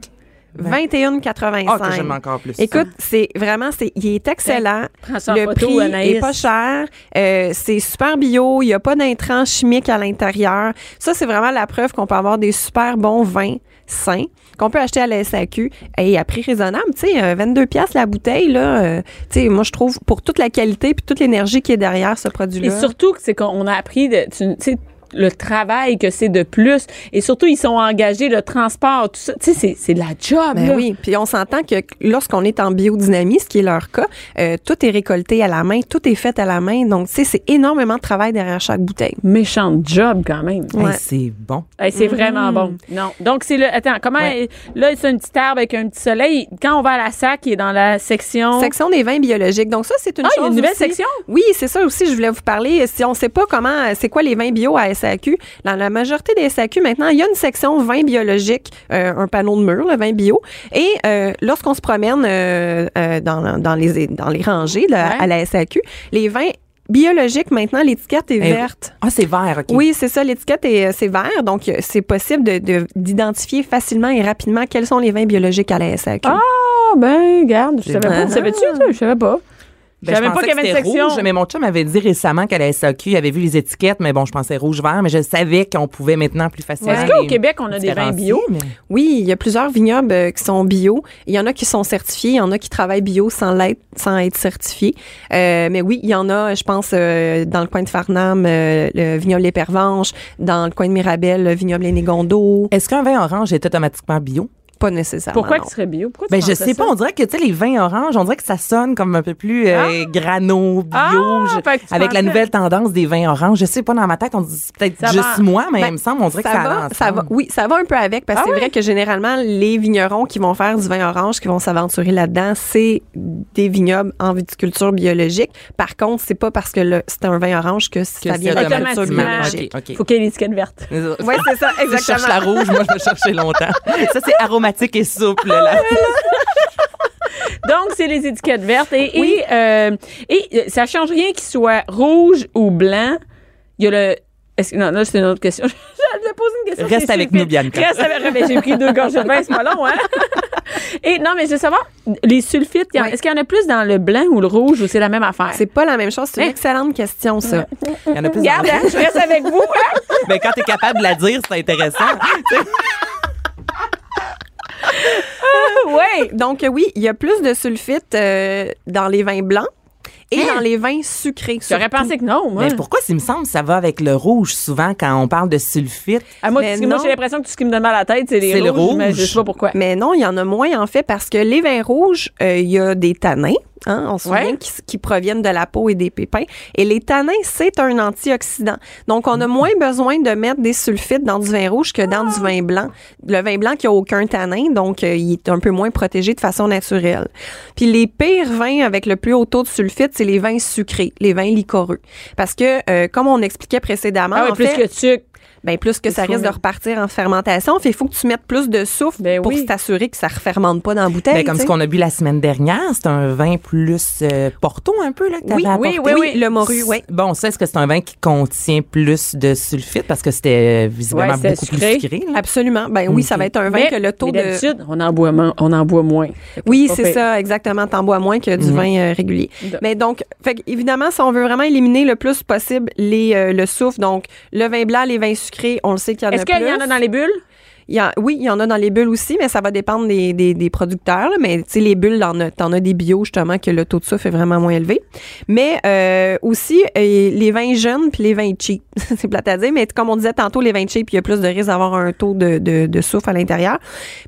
21,85. Ah, que j'aime encore plus. Écoute, c'est vraiment, c'est, il est excellent. Prends ça en le photo, prix Anaïs. est pas cher. Euh, c'est super bio. Il n'y a pas d'intrants chimiques à l'intérieur. Ça, c'est vraiment la preuve qu'on peut avoir des super bons vins sains qu'on peut acheter à la SAQ et à prix raisonnable. Tu sais, euh, 22 pièces la bouteille, là. euh, tu sais, moi, je trouve, pour toute la qualité puis toute l'énergie qui est derrière ce produit-là. Et surtout que c'est qu'on a appris de, tu tu sais, le travail que c'est de plus. Et surtout, ils sont engagés, le transport, tout ça. Tu sais, c'est- c'est de la job. Ben là. oui, puis on s'entend que lorsqu'on est en biodynamie, ce qui est leur cas, euh, tout est récolté à la main, tout est fait à la main. Donc, tu sais, c'est énormément de travail derrière chaque bouteille. Méchante job quand même. Hey, ouais. c'est bon. Hey, Mm-hmm. c'est vraiment bon. Non. Donc, c'est le. Attends, comment. Là, c'est une petite arbre avec un petit soleil. Quand on va à la SAC, il est dans la section. Section des vins biologiques. Donc ça, c'est une Ah, il y a chose une nouvelle aussi- section? Oui, c'est ça aussi. Je voulais vous parler. Si on ne sait pas comment, euh, c'est quoi les vins bio à SAQ, dans la majorité des SAQ maintenant, il y a une section vins biologiques, euh, un panneau de mur, le vin bio. Et euh, lorsqu'on se promène euh, euh, dans, dans les dans les rangées là, Ouais. à la SAQ, les vins biologiques maintenant, l'étiquette est Eh, verte. Ah, c'est vert, OK. Oui, c'est ça. L'étiquette est, euh, c'est vert, donc euh, c'est possible de- de- d'identifier facilement et rapidement quels sont les vins biologiques à la SAQ. Ah, ben, regarde, je C'est savais pas. bon. Tu savais-tu, ça? Je savais pas. Ben, je savais pensais pas qu'il y que avait une c'était section. Rouge, mais mon chum avait dit récemment qu'à la SAQ, il avait vu les étiquettes, mais bon, je pensais rouge-vert, mais je savais qu'on pouvait maintenant plus facilement. Est-ce qu'au les Québec, on a des vins différencier, bio? mais- Oui, il y a plusieurs vignobles euh, qui sont bio. Il y en a qui sont certifiés, il y en a qui travaillent bio sans l'être, sans être certifiés. Euh, mais oui, il y en a, je pense, euh, dans le coin de Farnham, euh, le vignoble Les Pervenches, dans le coin de Mirabel, le vignoble Les Négondos. Est-ce qu'un vin orange est automatiquement bio? Pas nécessairement. Pourquoi non. que tu serais bio? Pourquoi tu Ben, je pensais sais pas, ça? on dirait que tu sais, les vins oranges, on dirait que ça sonne comme un peu plus euh, grano, bio, Ah, je- fait que tu avec la pensais- nouvelle tendance des vins oranges. Je sais pas, dans ma tête, on dit c'est peut-être Ça juste va- moi, mais Ben, il me semble, on dirait que ça va, allait ça va, ensemble. oui, ça va un peu avec parce que hein? Ah c'est ouais? vrai que généralement les vignerons qui vont faire du vin orange, qui vont s'aventurer là-dedans, c'est des vignobles en viticulture biologique. Par contre, c'est pas parce que le- c'est un vin orange que, ça c'est vient de la automatiquement. culture biologique. Ok, ok. Faut qu'il y ait l'étiquette verte. Oui, c'est ça, Je cherche la exactement. rouge, moi je me cherchais longtemps. Ça c'est aromatique et souple. là. Donc, c'est les étiquettes vertes. Et, et, euh, et, euh, ça change rien qu'il soit rouge ou blanc. Il y a le. Est-ce que, non, là, c'est une autre question. Je voulais poser une question. Reste c'est avec stupide. nous, Bianca. Reste avec mais J'ai pris deux gorges de vin, c'est pas long, hein? Et non, mais je veux savoir, les sulfites, il y en- Ouais. est-ce qu'il y en a plus dans le blanc ou le rouge ou c'est la même affaire? C'est pas la même chose. C'est une excellente question, ça. Il y en a plus. dans Regarde, hein, je reste avec vous, hein? Mais quand t'es capable de la dire, c'est intéressant. Oui. Donc, euh, oui, il y a plus de sulfite euh, dans les vins blancs et dans les vins sucrés. J'aurais surtout. pensé que non, moi. Mais Ben, pourquoi, s'il me semble, ça va avec le rouge souvent quand on parle de sulfite? Ah, moi, Mais parce que moi, non. j'ai l'impression que tout ce qui me donne mal à la tête, c'est les C'est rouges. le Mais rouge. je sais pas pourquoi. Mais non, il y en a moins, en fait, parce que les vins rouges, euh, il y a des tanins. Hein, on se souvient Ouais. qui, qui proviennent de la peau et des pépins. Et les tanins, c'est un antioxydant. Donc, Mm. on a moins besoin de mettre des sulfites dans du vin rouge que dans Ah! du vin blanc. Le vin blanc qui a aucun tanin, donc euh, il est un peu moins protégé de façon naturelle. Puis les pires vins avec le plus haut taux de sulfite, c'est les vins sucrés, les vins liquoreux. Parce que, euh, comme on expliquait précédemment, ah oui, en plus fait, que sucre. ben plus que ça faut- risque de repartir en fermentation, fait il faut que tu mettes plus de soufre Ben pour oui. t'assurer que ça refermente pas dans la bouteille. Ben, comme tu ce sais. qu'on a bu la semaine dernière, c'est un vin plus euh, porto un peu là, que Oui, t'avais oui, apporté. oui, oui, le morue, oui. Bon, ça, est-ce que c'est un vin qui contient plus de sulfite? Parce que c'était euh, visiblement Ouais, c'était beaucoup sucré. plus sucré. là. Absolument. Ben oui, ça va être un vin mais, que le taux mais de d'habitude, on en boit moins. On en boit moins. Fait que Oui, pas c'est pire. ça, exactement. T'en bois moins que du Mhm. vin euh, régulier. De- Mais donc, fait, que, évidemment, si on veut vraiment éliminer le plus possible les, euh, le soufre, donc le vin blanc, les vins sucrés, on le sait qu'il y en a Est-ce plus. qu'il y en a dans les bulles? Il y en- oui, il y en a dans les bulles aussi, mais ça va dépendre des, des, des producteurs. là. Mais tu sais, les bulles, t'en as, t'en as des bio justement que le taux de soufre est vraiment moins élevé. Mais euh, aussi euh, les vins jeunes puis les vins cheap. c'est plate à dire, mais comme on disait tantôt, les vins cheap, il y a plus de risque d'avoir un taux de, de, de soufre à l'intérieur.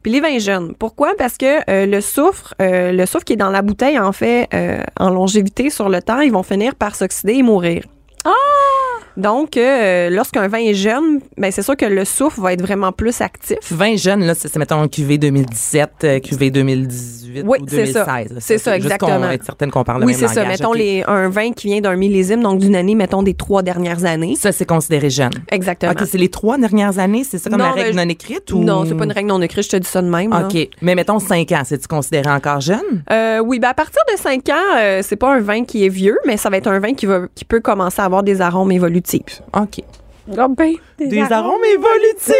Puis les vins jeunes. Pourquoi Parce que euh, le soufre, euh, le soufre qui est dans la bouteille, en fait, euh, en longévité sur le temps, ils vont finir par s'oxyder et mourir. Donc, euh, lorsqu'un vin est jeune, ben c'est sûr que le soufre va être vraiment plus actif. Vin jeune, là, c'est c'est, mettons un QV 2017, euh, QV 2018 Oui, ou c'est 2016. ça. là. C'est ça, juste qu'on exactement. Être certaine qu'on parle le Oui, même c'est ça. langage, Mettons ok. les, un vin qui vient d'un millésime, donc d'une année, mettons des trois dernières années. Ça, c'est considéré jeune. Exactement. OK, c'est les trois dernières années, c'est ça comme Non, la règle mais- non écrite ou Non, c'est pas une règle non écrite, je te dis ça de même. là. OK, mais mettons 5 ans, c'est tu considéré encore jeune Euh, oui, ben à partir de 5 ans, euh, c'est pas un vin qui est vieux, mais ça va être un vin qui, va, qui peut commencer à avoir des arômes évolutifs. OK. Gomme ben, Des arômes évolutifs!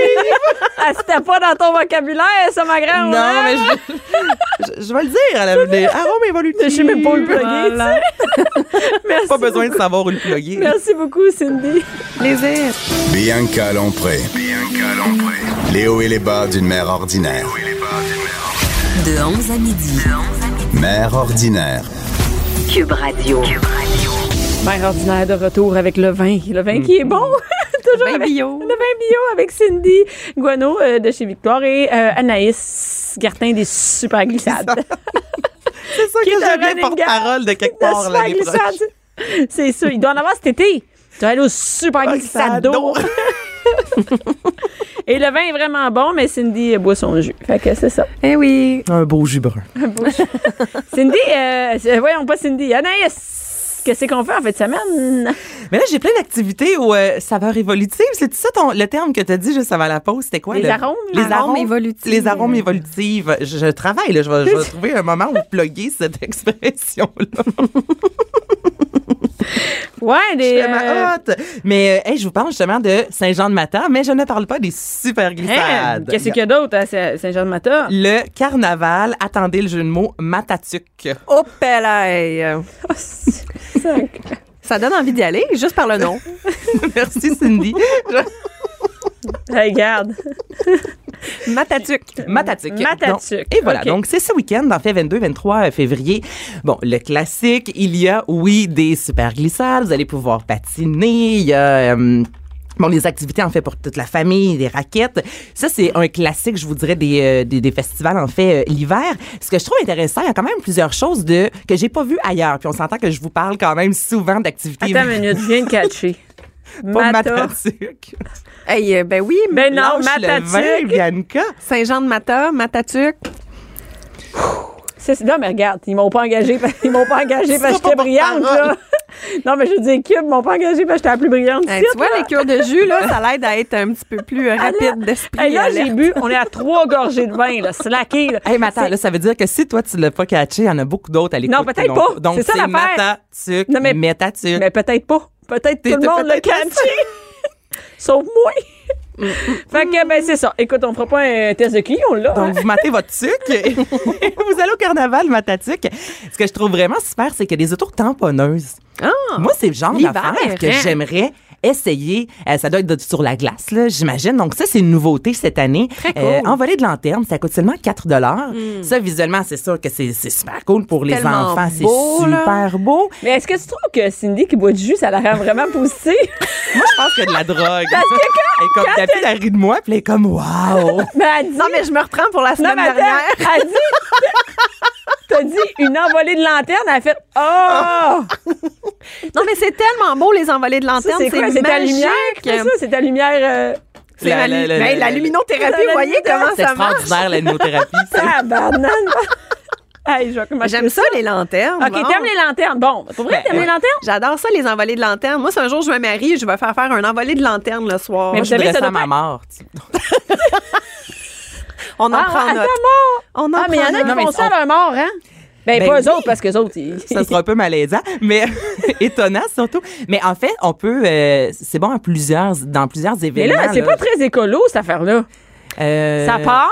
Ah, c'était pas dans ton vocabulaire, ça, ma grand non, mais je, je, je vais le dire à la Ah, oh, des arômes évolutifs. Je sais même pas où le plugger, Voilà. Merci Pas besoin de beaucoup. savoir où le plugger. Merci beaucoup, Cindy. Plaisir. Bianca Lompré. Les hauts et les bas d'une mère ordinaire. De 11 à midi. Mère ordinaire. Cube Radio. Mère ordinaire de retour avec le vin. Le vin qui est bon. Toujours Vin avec- Ben, bio. Le vin bio avec Cindy Guano euh, de chez Victoire et euh, Anaïs Gartin des Super Glissades. C'est ça que Qui te j'avais ramène une porte-parole de quelque Des part Super l'année prochaine. Glissades. C'est ça. Il doit en avoir cet été. Tu vas aller au Super Glissade d'eau. Et le vin est vraiment bon, mais Cindy euh, boit son jus. Fait que c'est ça. Eh oui. Un beau jus brun. Cindy, euh, c'est- voyons pas Cindy. Anaïs, qu'est-ce qu'on fait en fin de semaine? Mais là, j'ai plein d'activités aux euh, saveurs évolutives. C'est ça ton, le terme que tu as dit juste avant la pause? C'était quoi? Les le- arômes? Les Arômes arômes évolutifs. Les arômes évolutifs. Je, je travaille, là. Je vais, je vais trouver un moment où plugger cette expression-là. Ouais, Je des. fais ma euh, hotte. Mais euh, hey, je vous parle justement de Saint-Jean-de-Matin, mais je ne parle pas des super hein, glissades. Qu'est-ce qu'il y a d'autre à Saint- Saint-Jean-de-Mata? Le carnaval, attendez le jeu de mots, matatuc. Au palais. Sac. Ça donne envie d'y aller, juste par le nom. Merci Cindy. Regarde. Matatuc. Matatuc. Matatuc. Donc, et voilà, Ok. donc c'est ce week-end, en fait, 22-23 février. Bon, le classique, il y a, oui, des super glissades, vous allez pouvoir patiner, il y a... euh, Bon, les activités, en fait, pour toute la famille, des raquettes. Ça, c'est un classique, je vous dirais, des, euh, des, des festivals, en fait, euh, l'hiver. Ce que je trouve intéressant, il y a quand même plusieurs choses de, que j'ai pas vues ailleurs. Puis on s'entend que je vous parle quand même souvent d'activités. Attends une minute, je viens de catcher. Pas Mata. Matatuc. Hey, euh, ben oui. Ben non, Lâche le vin, Matatuc. Bianca. Saint-Jean-de-Mata, Matatuc. C'est- Non, mais regarde, ils m'ont pas engagé, parce- ils m'ont pas engagé parce que pas j'étais brillante, là. porte-parole. Non, mais je dis, Cube m'ont pas engagé parce que j'étais la plus brillante. Hey, ici, tu vois, là. les cures de jus, là, ça l'aide à être un petit peu plus euh, rapide d'esprit. Hey, là, alerte. j'ai bu, on est à trois gorgées de vin, là, slacké, là. Hey, Mata, là, ça veut dire que si toi, tu l'as pas catché, il y en a beaucoup d'autres à l'écoute. Non, peut-être qui l'ont pas. Donc, C'est ça, c'est l'affaire. Mata, Tuc, Non, mais- Meta, Tuc. Mais peut-être pas. Peut-être tout le T'étais monde l'a peut-être pas catché. Sauf moi. fait que, ben, c'est ça. Écoute, on fera pas un test de qui, on l'a. hein. Donc, vous matez votre sucre et vous allez au carnaval, Matatic. Ce que je trouve vraiment super, c'est qu'il y a des autos tamponneuses. Moi, c'est le genre Ah! L'hiver, d'affaire que hein? j'aimerais essayer. Euh, ça doit être de- sur la glace, là, j'imagine. Donc, ça, c'est une nouveauté cette année. Euh, cool. Hmm. envoler de lanterne, ça coûte seulement 4 Ça, visuellement, c'est sûr que c'est c'est super cool pour les Tellement enfants. C'est beau, là. super beau. Mais est-ce que tu trouves que Cindy qui boit du jus, ça la rend vraiment positive? Moi, je pense que de la drogue. Parce que quand, comme, quand ta fille, elle rit de moi, puis elle est comme, waouh! Mais elle dit- Non, mais je me reprends pour la Non, semaine mais attends, dernière. elle dit. T'as dit une envolée de lanterne, elle a fait Oh! Non, mais c'est tellement beau, les envolées de Ça, lanterne. c'est quoi? C'est ta magique. lumière? qui fait ça? C'est ta lumière. Euh, C'est la, La- la- lu- la- Ben, la- la luminothérapie, la- vous voyez la- comment C'est ça marche? extraordinaire, la luminothérapie. ah, banane! hey, je vais commencer. J'aime ça, les lanternes. Ok, bon. t'aimes les lanternes. Bon, pour vrai, Ben, t'aimes les ouais. lanternes? J'adore ça, les envolées de lanterne. Moi, si un jour je me marie, je vais faire faire un envolée de lanterne le soir. Mais Moi, vous je savez, voudrais ça ça à doit ma mort. tu sais. On en Ah, prend ouais, note. attends, mort! On en Ah, mais il y prend en a note. qui mais font ils ça à sont- leur mort, hein? Ben, Ben pas eux oui. autres, parce qu'eux autres, ils. ça sera un peu malaisant, mais étonnant surtout. Mais en fait, on peut, euh, c'est bon à plusieurs, dans plusieurs Mais événements. là, c'est pas très écolo, cette affaire-là. Euh, Ça part,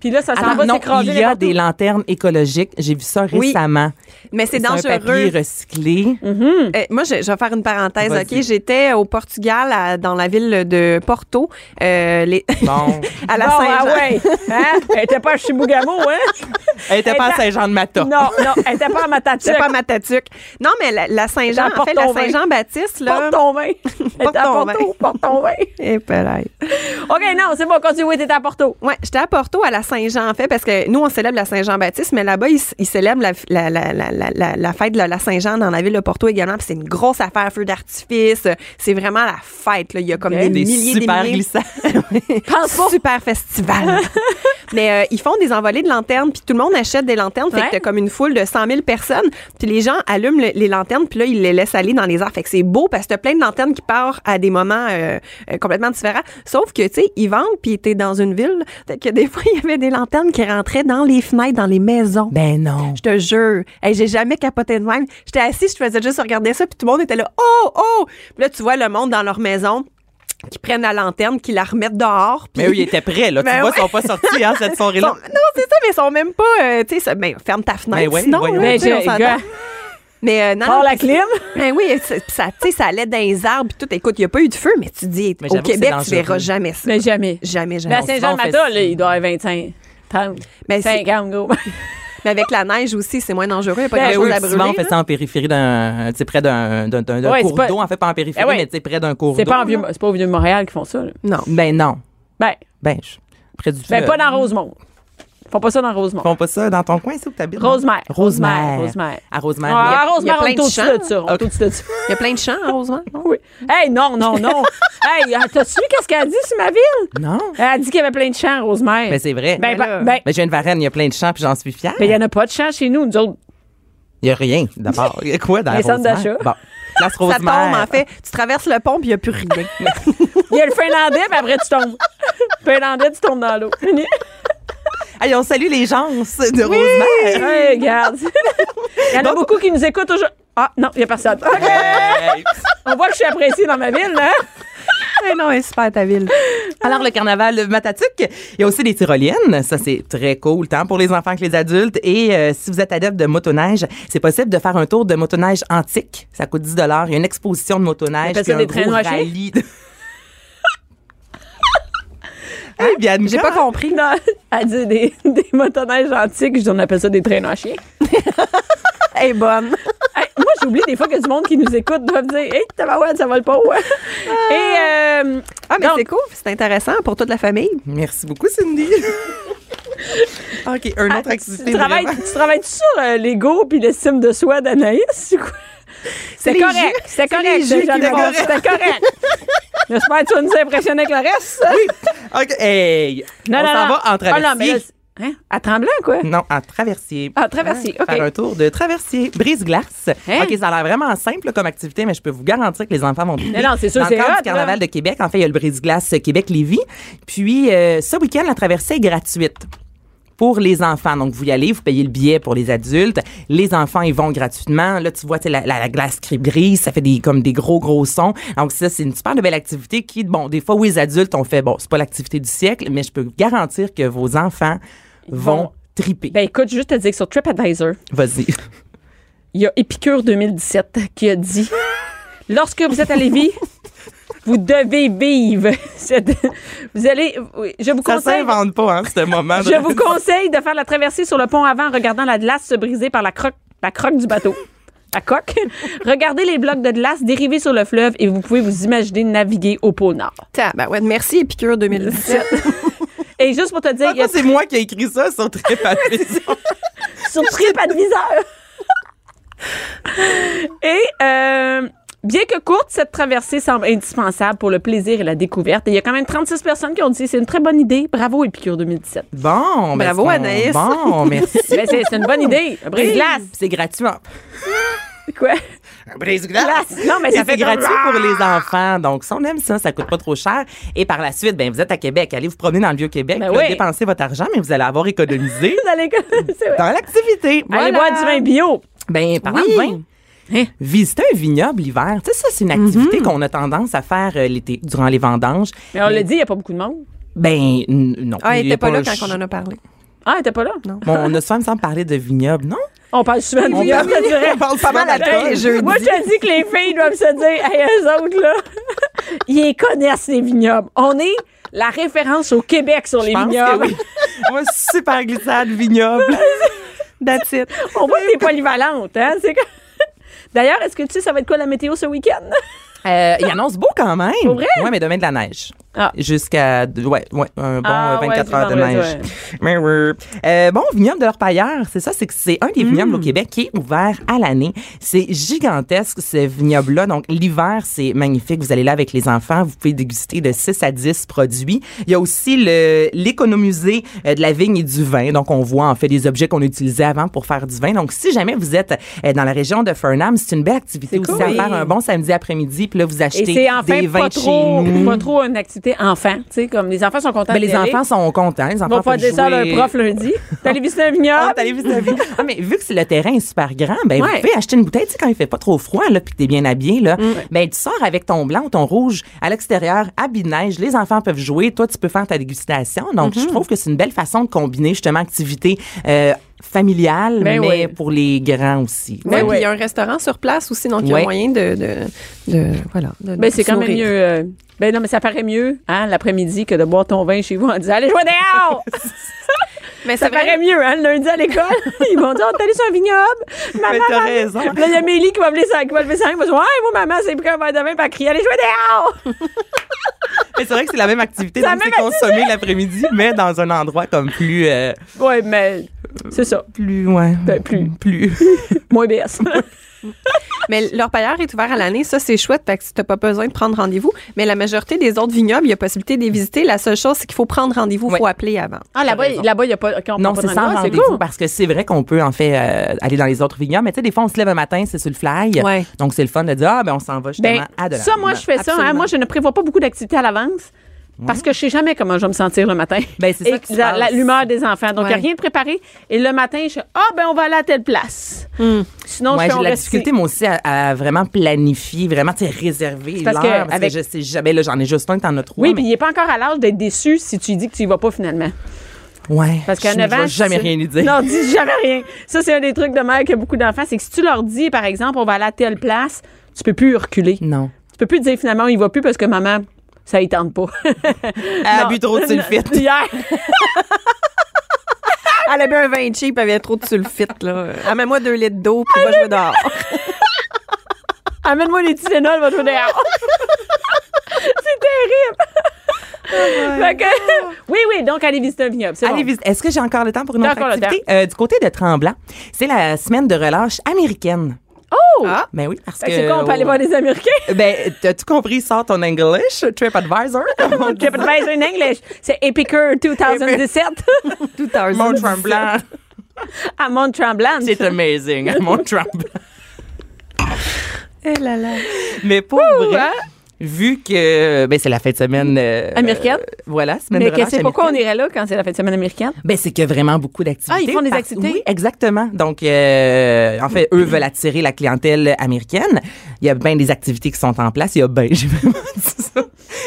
puis là, ça s'en alors va non, s'écraser. il y a n'importe où. des lanternes écologiques. J'ai vu ça Oui. récemment. Mais c'est un papier dangereux. recyclé. Euh, moi, je, je vais faire une parenthèse, Vas-y. OK? J'étais au Portugal, à- dans la ville de Porto, euh, les- Bon, à la Bon, Saint-Jean. ah ouais. Hein? Elle était pas à Chibougamau, hein? elle était pas à Saint-Jean-de-Mata. Non, non, elle était pas à Matatuc. C'est pas Matatuc. Non, mais la, la Saint-Jean, Dans en fait, la Porto-Vin. Saint-Jean-Baptiste, là. Porte ton vin. Elle était à ton Porto, porte ton vin. Eh, peut-être. OK, non, c'est bon, continue. Oui, t'étais à Porto. Ouais, j'étais à Porto à la Saint-Jean en fait parce que nous on célèbre la Saint-Jean-Baptiste, mais là-bas ils, ils célèbrent la, la, la, la, la- la- la fête de la, la Saint-Jean dans la ville de Porto également. puis C'est une grosse affaire feu d'artifice. C'est vraiment la fête. Là. Il y a comme Ok. des, Des milliers, super des milliers. glissades. Pense pas. Super festival. Mais euh, ils font des envolées de lanternes, puis tout le monde achète des lanternes. Fait Ouais. que t'as comme une foule de 100 000 personnes. Puis les gens allument le- les lanternes, puis là, ils les laissent aller dans les airs. Fait que c'est beau parce que t'as plein de lanternes qui partent à des moments euh, euh, complètement différents. Sauf que, tu sais, ils vendent, puis t'es dans une ville. Fait que des fois, il y avait des lanternes qui rentraient dans les fenêtres, dans les maisons. Ben non. Je te jure. Hey, j'ai jamais capoté de même. J'étais assise, je faisais juste regarder ça, puis tout le monde était là, oh, oh! Puis là, tu vois le monde dans leur maison. qui prennent la lanterne, qui la remettent dehors. puis- Mais eux, ils étaient prêts, là. Tu Ben vois, ouais. ils sont pas sortis, hein, cette soirée-là. Sont- non, c'est ça, mais ils sont même pas. euh, tu sais, ça- ben, ferme ta fenêtre. Ben ouais, sinon, voyons. là, Ben, tu sais, on j'ai- s'entend. gars. Mais euh, non. Hors non, la puis clim. c'est- Ben oui, c'est- puis ça, tu sais, ça allait dans les arbres, puis tout. Écoute, il n'y a pas eu de feu, mais tu dis, Mais au j'avoue que c'est Québec, tu dangereux. verras jamais ça. Mais jamais. Jamais, Mais jamais. à Saint-Jean-Mata, là, il doit avoir 25. 30. Ben, c'est- 50, go. Mais avec la neige aussi, c'est moins dangereux. Il n'y a pas Ben grand-chose oui, à puis souvent, on brûler. fait là. ça en périphérie d'un, tu sais, près d'un, d'un, d'un- d'un Ouais, c'est cours pas- d'eau. En fait, pas en périphérie, Ah ouais. mais tu sais, près d'un cours C'est d'eau. pas, en vieux, là. c'est pas au vieux Montréal qu'ils font ça. là. Non. Ben non. Ben, Ben, je- près du ben fleuve. pas dans Rosemont. Ils font pas ça dans Rosemont. Ils font pas ça dans ton coin, c'est où que t'habites? non? Rosemère. Rosemère. Rosemère. À Rosemère. il y a- Ah, il y a Rosemère, on plein est de au-dessus champs. de ça. On est au-dessus de ça. Il y a plein de champs, heureusement. non? Oui. Hey, non, non, non. hey, ah, t'as-tu vu qu'est-ce qu'elle a dit sur ma ville? Non. Elle a dit qu'il y avait plein de champs, Rosemère. Mais c'est vrai. Ben, ben, ben, Mais je viens de Varennes, il y a plein de champs, puis j'en suis fière. ben, il n'y en a pas de champs chez nous, nous autres. Il y a rien, d'abord. Il y a quoi dans Les centres Rosemère? d'achat. Bon. Place Ça Rosemère. tombe, en fait. Tu traverses le pont, puis il n'y a plus rien. Il y a le Finlandais, puis après, tu tombes. Finlandais, tu tombes dans l'eau. Fini. Hey, on salue les gens de Rosemère. Hey, regarde. Il y en a Donc- beaucoup qui nous écoutent aujourd'hui. Ah, non, il n'y a personne. OK. Hey. On voit que je suis appréciée dans ma ville, hein. là. Eh non, elle est super, ta ville. Alors, le carnaval de Matatuc, il y a aussi des tyroliennes. Ça, c'est très cool, tant pour les enfants que les adultes. Et euh, si vous êtes adepte de motoneige, c'est possible de faire un tour de motoneige antique. Ça coûte 10 Il y a une exposition de motoneige. Ils appellent puis ça un des gros traîneaux à chiens? rallye. de- Eh bien, J'ai pas compris. Non, elle dit des, des motoneiges antiques. Je dis, on appelle ça des traîneaux à chiens. Elle est bonne. Hey, moi, j'oublie des fois que du monde qui nous écoute doit me dire Hey, tabarouette, ça vole pas, ouais. hein. Et euh, Ah, mais Donc- c'est cool. C'est intéressant pour toute la famille. Merci beaucoup, Cindy. OK, un autre activité. Ah, tu, travailles, vraiment. tu travailles sur euh, l'ego puis l'estime de soi d'Anaïs ou quoi? C'est les correct, jus- c'est c'est correct, les jus qui Jean me Desbordes, c'est correct. J'espère que tu vas nous impressionner avec le reste. OK, hey, on s'en va Ah, en non, mais là, traversier. c'est- hein? À tremblant, quoi? non, en traversier. Hein? À traversier, OK. Faire un tour de traversier, brise-glace. Hein? OK, ça a l'air vraiment simple là, comme activité, mais je peux vous garantir que les enfants vont triper. non, c'est sûr, Dans c'est le cadre hot, du carnaval là. de Québec, en fait, il y a le brise-glace Québec-Lévis. Puis, euh, ce week-end, la traversée est gratuite pour les enfants. Donc, vous y allez, vous payez le billet pour les adultes. Les enfants, ils vont gratuitement. Là, tu vois, tu sais, la, la, la glace qui brise, ça fait des, comme des gros, gros sons. Donc, ça, c'est une super de belle activité qui, bon, des fois, oui, les adultes ont fait, bon, c'est pas l'activité du siècle, mais je peux vous garantir que vos enfants vont, vont- triper. Ben écoute, juste te dire que sur TripAdvisor, Vas-y. il y a Épicure 2017 qui a dit Lorsque vous êtes à Lévis, vous devez vivre. cette- Vous allez. oui, Je vous Ça conseille. s'invente pas, hein, ce moment. Je vous conseille de faire la traversée sur le pont avant en regardant la glace se briser par la croque, la croque du bateau. La coque. Regardez les blocs de glace dériver sur le fleuve et vous pouvez vous imaginer naviguer au pôle Nord. Tiens, ben ouais, merci, Épicure 2017. Et juste pour te dire, il y a Pourquoi c'est moi qui ai écrit ça sur TripAdvisor? sur TripAdvisor. et euh, bien que courte, cette traversée semble indispensable pour le plaisir et la découverte. Et il y a quand même 36 personnes qui ont dit c'est une très bonne idée. Bravo, Épicure 2017. bon, ben, Bravo, c'est- Anaïs. Bon, merci. Ben, c'est c'est une bonne idée. Un Brise-glace. C'est gratuit. hein. Quoi? Brise-glace. Non, mais ça Et fait c'est comme- Ah! gratuit pour les enfants. Donc, si on aime ça, ça coûte pas trop cher. Et par la suite, ben, vous êtes à Québec. Allez vous promener dans le Vieux-Québec. Ben puis là, oui. Dépensez votre argent, mais vous allez avoir économisé Vous allez- c'est vrai. dans l'activité. Allez Voilà. boire du vin bio. Ben, parlant Oui. de vin, Hein? Mm-hmm. visiter un vignoble l'hiver, tu sais, ça, c'est une activité qu'on a tendance à faire euh, l'été, durant les vendanges. Mais on l'a dit, il n'y a pas beaucoup de monde. Ben, n- non. Ah, elle Il y a était pas là un quand ch- on en a parlé. Ah, elle était pas là? Bon, on a souvent, me semble, parlé de vignoble, non? On parle souvent de viol, parle- je dirais. on parle pas mal à Hey, tous les jeudis. Moi, je te dis que les filles doivent se dire, hey, eux autres, là, ils les connaissent les vignobles. On est la référence au Québec sur les Je pense vignobles. que oui. Moi, super glissade, vignoble. That's it. On voit que t'es polyvalente, hein? C'est que- D'ailleurs, est-ce que tu sais ça va être quoi la météo ce week-end? Euh, il annonce beau quand même. Pour vrai? Ouais, mais demain de la neige. Ah. Jusqu'à. Ouais, ouais, un bon Ah, euh, 24 ouais, heures de c'est vendredi, neige. Mais oui. Euh, bon, vignoble de l'Orpailleur, c'est ça, c'est que c'est un des Mm. vignobles au Québec qui est ouvert à l'année. C'est gigantesque, ce vignoble-là. Donc, l'hiver, c'est magnifique. Vous allez là avec les enfants, vous pouvez déguster de 6 à 10 produits. Il y a aussi le- l'économusée euh, de la vigne et du vin. Donc, on voit en fait des objets qu'on utilisait avant pour faire du vin. Donc, si jamais vous êtes euh, dans la région de Fernam, c'est une belle activité C'est aussi cool. à faire un bon samedi après-midi. Puis là, vous achetez Et c'est enfin des vins pas de chez trop, nous. pas trop une activité était enfant. Tu sais, comme les enfants sont contents. Ben, d'y les aller. enfants sont contents. Les Ils vont enfants pas peuvent dire ça à jouer. leur prof lundi. T'as allé visiter un vignoble? Ah, t'as allé visiter la ville. Ah, mais vu que c'est le terrain est super grand, ben, Ouais. vous pouvez acheter une bouteille, tu sais, quand il fait pas trop froid, là, puis que t'es bien habillé, là, ben, tu sors avec ton blanc ou ton rouge à l'extérieur, habillé de neige, les enfants peuvent jouer, toi, tu peux faire ta dégustation. Donc, je trouve que c'est une belle façon de combiner, justement, activité, euh, familiale, Ben oui. mais pour les grands aussi. Ouais, Ouais, puis ouais. il y a un restaurant sur place aussi, donc il y a Ouais. moyen de, de, de- voilà. de- de Ben, c'est quand même s'ouvrir. mieux. euh, ben non, mais ça paraît mieux, hein, l'après-midi, que de boire ton vin chez vous en disant Allez jouer dehors! Mais ça c'est vrai. paraît mieux, hein, le lundi à l'école. Ils vont dire On est allé sur un vignoble. Maman, Mais t'as maman. raison. Là, il y a Mélie qui va me laisser qui va lever sa main, qui va dire Ouais, moi, maman, c'est pris un verre de vin, puis elle crie Allez jouer dehors! Mais c'est vrai que c'est la même activité, C'est la donc c'est même consommer l'après-midi, mais dans un endroit comme plus, euh, Ouais, mais c'est ça. plus, ouais. Ben, plus. Plus. Moins BS. Mais l'orpailleur est ouvert à l'année, ça c'est chouette, parce que t'as pas besoin de prendre rendez-vous. Mais la majorité des autres vignobles, il y a possibilité de les visiter. La seule chose, c'est qu'il faut prendre rendez-vous, il faut Ouais. appeler avant. ah, là-bas, il n'y a pas. Non, c'est sans rendez-vous parce que c'est vrai qu'on peut en fait euh, aller dans les autres vignobles, mais tu sais des fois on se lève un matin, c'est sur le fly. Ouais. Donc c'est le fun de dire ah ben on s'en va justement Ben, à de ça, moi, je fais ça. hein. Absolument. moi, je ne prévois pas beaucoup d'activités à l'avance parce que je sais jamais comment je vais me sentir le matin. Ben, c'est ça Et qui se la- la- passe. L'humeur des enfants. Donc, il n'y a Ouais. rien de préparé. Et le matin, je ah, ben, on va aller à telle place. Sinon, Moi, je fais Hmm. j'ai on la reste difficulté, ici. moi aussi, à, à vraiment planifier, vraiment, tu sais, réserver parce l'heure, que parce avec- que je sais jamais, là, j'en ai juste un, t'en as trois, Oui, puis mais... il n'est pas encore à l'âge d'être déçu si tu lui dis que tu y vas pas finalement. Ouais, Parce qu'à je- 9 je ans. vais jamais si- rien lui dire. Non, dis jamais rien. Ça, c'est un des trucs de mère que beaucoup d'enfants. C'est que si tu leur dis, par exemple, on va aller à telle place, tu peux plus reculer. Non. Tu peux plus dire finalement, on y va plus parce que maman, ça y tente pas. Ah, Non. bu trop de sulfite. Hier. Elle a bu un vin cheap, elle vient trop de sulfite, là. Amène-moi deux litres d'eau, puis va jouer dehors. Amène-moi les Tylenol, va jouer dehors. c'est terrible. Fait que- oui, oui, donc allez visiter un vignoble. c'est Oh Allez, bon. visite. Est-ce que j'ai encore le temps pour une T'as autre encore le activité? Euh, du côté de Tremblant, c'est la semaine de relâche américaine. Oh! Ah. Ben oui, parce Fait que... que c'est quoi, on peut aller voir des Américains? Ben, t'as tout compris, sort ton English, TripAdvisor, comme on dit. TripAdvisor in English. C'est Epicure 2017 Tout à Mont Tremblant. à Mont-Tremblant. C'est amazing, à Mont Tremblant. Eh là là. Mais pour vrai, hein? vu que ben, c'est la fin de semaine euh, Américaine. euh, voilà, semaine Mais de que relâche c'est pourquoi on américaine. irait là quand c'est la fin de semaine américaine? Ben, c'est qu'il y a vraiment beaucoup d'activités. Ah, ils font des parce- activités? Oui, exactement. Donc, euh, en fait, eux veulent attirer la clientèle américaine. Il y a bien des activités qui sont en place. Il y a bien, j'ai vraiment dit ça.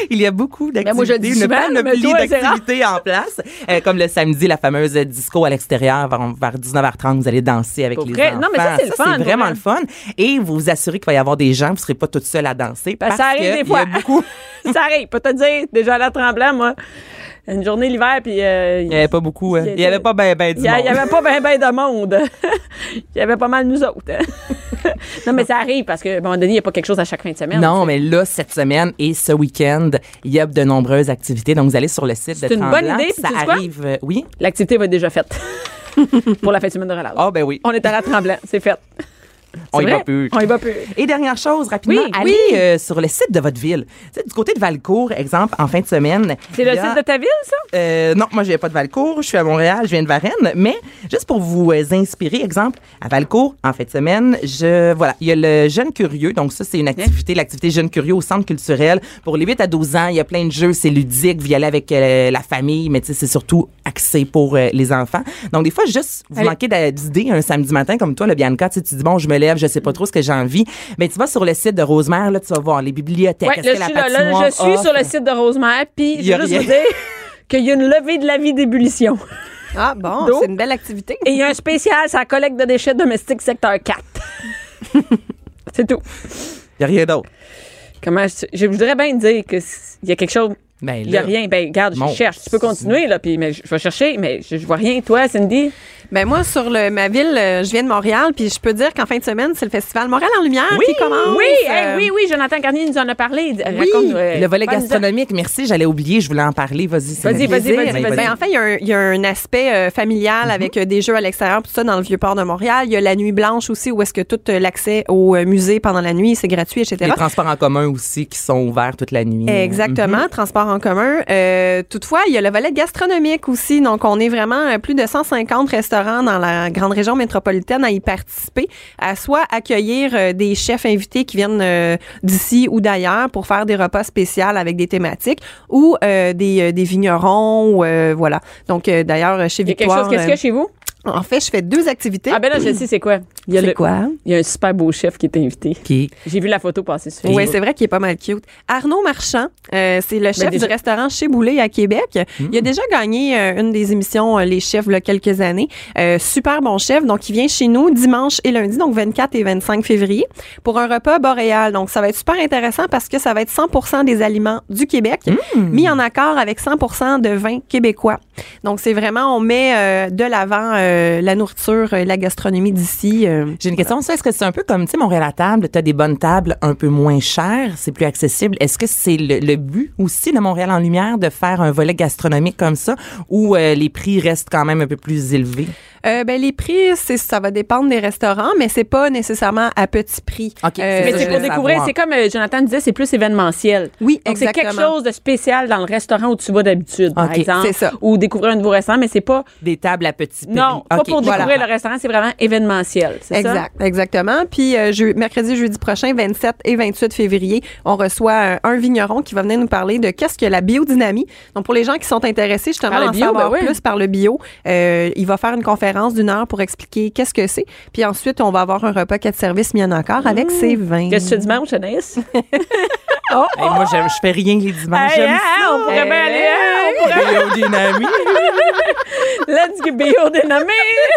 Il y a beaucoup d'activités. Ben, moi, je le dis une souvent, panoplie mais toi, c'est rare. d'activités en place. Euh, comme le samedi, la fameuse disco à l'extérieur vers, vers 19h30. Vous allez danser avec Pour les vrai? enfants. Non, mais ça, c'est le fun, hein. C'est pour vraiment vrai. le fun. Et vous vous assurez qu'il va y avoir des gens. Vous serez pas toute seule à danser. Ben, parce ça arrive que des il y a fois. beaucoup. ça arrive. Peut te dire, déjà à la tremblant, moi, une journée l'hiver, puis euh, Il y avait pas beaucoup. hein. Il y Il y avait était- pas ben, ben du Il n'y monde. avait pas bien ben de monde. il y avait pas mal nous autres. non, mais ça arrive parce qu'à un moment donné, il n'y a pas quelque chose à chaque fin de semaine. Non, mais là, cette semaine et ce week-end, il y a de nombreuses activités. Donc, vous allez sur le site de C'est une Tremblant. bonne idée, puis Ça tu sais quoi? arrive, euh, oui. L'activité va être déjà faite pour la fin de semaine de relâche. Ah, ben oui. On est à la tremblant, c'est fait. On y C'est va vrai? plus. On y va plus. Et dernière chose, rapidement, Oui, allez oui. euh, sur le site de votre ville. Tu sais, du côté de Valcourt, exemple, en fin de semaine. C'est le site de ta ville, ça? Euh, non, moi, je viens pas de Valcourt. Je suis à Montréal, je viens de Varennes. Mais juste pour vous euh, inspirer, exemple, à Valcourt, en fin de semaine, je, voilà, il y a le Jeune Curieux. Donc, ça, c'est une activité, l'activité Jeune Curieux au Centre culturel. Pour les 8 à 12 ans, il y a plein de jeux, c'est ludique, vous y allez avec euh, la famille, mais tu sais, c'est surtout axé pour euh, les enfants. Donc, des fois, juste, vous Allez. manquez d'a- d'idées un samedi matin, comme toi, le Bianca, tu sais, tu dis, bon, je me lève, je sais pas trop ce que j'ai envie. Mais tu vas sur le site de Rosemère, là, tu vas voir les bibliothèques. Ouais, est-ce là, que je la suis, là, là, patinoire je suis sur offre? le site de Rosemère, puis Il je y a veux juste rien. vous dire qu'il y a une levée de la vie d'ébullition. Ah bon, D'eau. c'est une belle activité. Et il y a un spécial, c'est la collecte de déchets domestiques secteur 4. c'est tout. Il y a rien d'autre. Comment je, je voudrais bien dire qu'il y a quelque chose Ben, Il n'y a là. rien. Ben, regarde, je Mon- cherche. Tu peux continuer, là, puis mais je je vais chercher, mais je, je vois rien. Toi, Cindy? Ben moi, sur le, ma ville, euh, je viens de Montréal, puis je peux dire qu'en fin de semaine, c'est le festival Montréal en lumière qui commence. Oui, Euh, hey, oui, oui, Jonathan Garnier nous en a parlé. D- Oui, Raconte, euh, le volet parle-nous-en. gastronomique, merci, j'allais oublier, je voulais en parler, vas-y. c'est Vas-y, notre vas-y, plaisir. vas-y, vas-y. Ben, en fait, il y a un- il y, a un aspect euh, familial Mm-hmm. avec euh, des jeux à l'extérieur, tout ça, dans le Vieux-Port de Montréal. Il y a la Nuit Blanche aussi, où est-ce que tout euh, l'accès au euh, musée pendant la nuit, c'est gratuit, etc. Les transports en commun aussi qui sont ouverts toute la nuit. Exactement, transport en commun. Euh, toutefois, il y a le volet gastronomique aussi. Donc, on est vraiment à plus euh, de 150 restaurants restaurants dans la grande région métropolitaine à y participer, à soit accueillir euh, des chefs invités qui viennent euh, d'ici ou d'ailleurs pour faire des repas spéciaux avec des thématiques ou euh, des, euh, des vignerons, ou, euh, voilà. Donc, euh, d'ailleurs, chez Il y a quelque Victoire... chose, qu'est-ce qu'il y a euh, chez vous? En fait, je fais deux activités. Ah ben là, je sais c'est quoi. Il y a C'est le- quoi? Il y a un super beau chef qui est invité. Qui? J'ai vu la photo passer sur Oui, Facebook. c'est vrai qu'il est pas mal cute. Arnaud Marchand, euh, c'est le chef déjà- du restaurant Chez Boulet à Québec. Il a déjà gagné euh, une des émissions euh, Les Chefs il y a quelques années. Euh, super bon chef. Donc, il vient chez nous dimanche et lundi, donc 24 et 25 février, pour un repas boréal. Donc, ça va être super intéressant parce que ça va être 100 des aliments du Québec mis en accord avec 100 de vin québécois. Donc, c'est vraiment, on met euh, de l'avant euh, la nourriture, euh, la gastronomie d'ici. euh. J'ai une question. Ça, est-ce que c'est un peu comme, tu sais, Montréal à table, tu as des bonnes tables un peu moins chères, c'est plus accessible. Est-ce que c'est le, le but aussi de Montréal en lumière de faire un volet gastronomique comme ça où euh, les prix restent quand même un peu plus élevés? Euh, ben, les prix, c'est, ça va dépendre des restaurants, mais c'est pas nécessairement à petit prix. OK. Euh, Mais Ça, c'est je pour voulais découvrir, savoir. c'est comme euh, Jonathan disait, c'est plus événementiel. Oui, Donc, c'est quelque exactement. chose de spécial dans le restaurant où tu vas d'habitude, par OK, exemple. c'est ça. Ou découvrir un nouveau restaurant, mais c'est pas. Des tables à petits prix. Non, pas OK, pour voilà. découvrir le restaurant, c'est vraiment événementiel. C'est ça? Exact, exactement. Puis euh, je- mercredi, jeudi prochain, 27 et 28 février, on reçoit un, un vigneron qui va venir nous parler de qu'est-ce que la biodynamie. Donc pour les gens qui sont intéressés justement Par le à en bio, savoir ben oui. plus par le bio, euh, il va faire une conférence d'une heure pour expliquer qu'est-ce que c'est. Puis ensuite, on va avoir un repas quatre services mis en accord avec ses vins. Mmh. Qu'est-ce que tu fais dimanche, Anaïs? Hey, moi, j'aime- je fais rien les dimanches. Hey, J'aime hein, ça. on pourrait bien aller, hein, on pourrait- Biodynamie. Let's get biodynamie!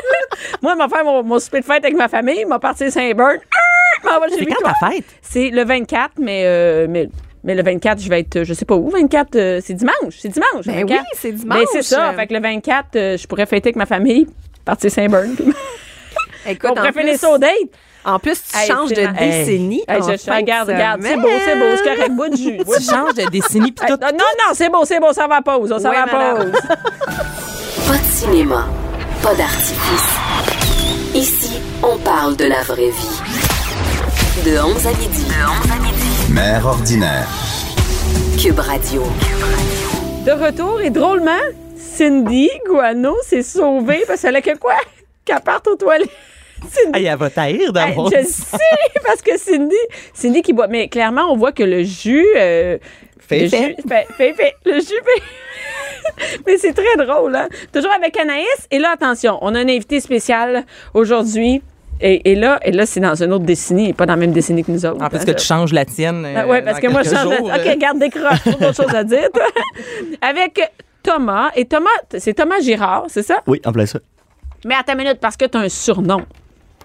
Moi, m'a faire mon, mon souper de fête avec ma famille, m'a parti Saint-Bern. Ah, m'en va chez C'est quand Victoire. ta fête? C'est le 24, mais, euh, mais, mais le 24, je vais être, euh, je sais pas où, 24, euh, c'est dimanche, c'est dimanche. Ben 24. oui, c'est dimanche. Ben, c'est ça, fait que le 24, euh, je pourrais fêter avec ma famille, partir Saint-Bern. Écoute, On en pourrait finir plus- ça au date. En plus, tu Hey, changes c'est de la- Hey. décennie. Hey, en je- je- fin de regarde, regarde, c'est semaine. beau, c'est beau, c'est correct, bois de jus. bois de Tu jus. changes de décennie puis Hey, tout. non, non, c'est beau, c'est beau, ça va pas, ça, ça Ouais, va pas. madame. Pas de cinéma, pas d'artifice. Ici, on parle de la vraie vie. De 11 à midi. De 11 à midi. Mère ordinaire. Cube Radio. De retour, et drôlement, Cindy Guano s'est sauvée parce qu'elle a que quoi? Qu'elle parte aux toilettes. Ah, Cindy. Hey, elle va taire Hey, d'abord. Ah, je le sais, parce que Cindy, Cindy qui boit. Mais clairement, on voit que le jus. euh, Fait le fait. jus fait- fait fait. Le jus fait- Mais c'est très drôle, hein? Toujours avec Anaïs. Et là, attention, on a un invité spécial aujourd'hui. Et, et là, et là c'est dans une autre décennie, et pas dans la même décennie que nous autres. En plus hein, que ça. tu changes la tienne. euh, Ah ouais, parce que moi, je change de- OK, regarde, décroche. Pas d'autre chose à dire, toi. Avec Thomas. Et Thomas, t- c'est Thomas Girard, c'est ça? Oui, en plein ça. Mais attends une minute, parce que tu as un surnom.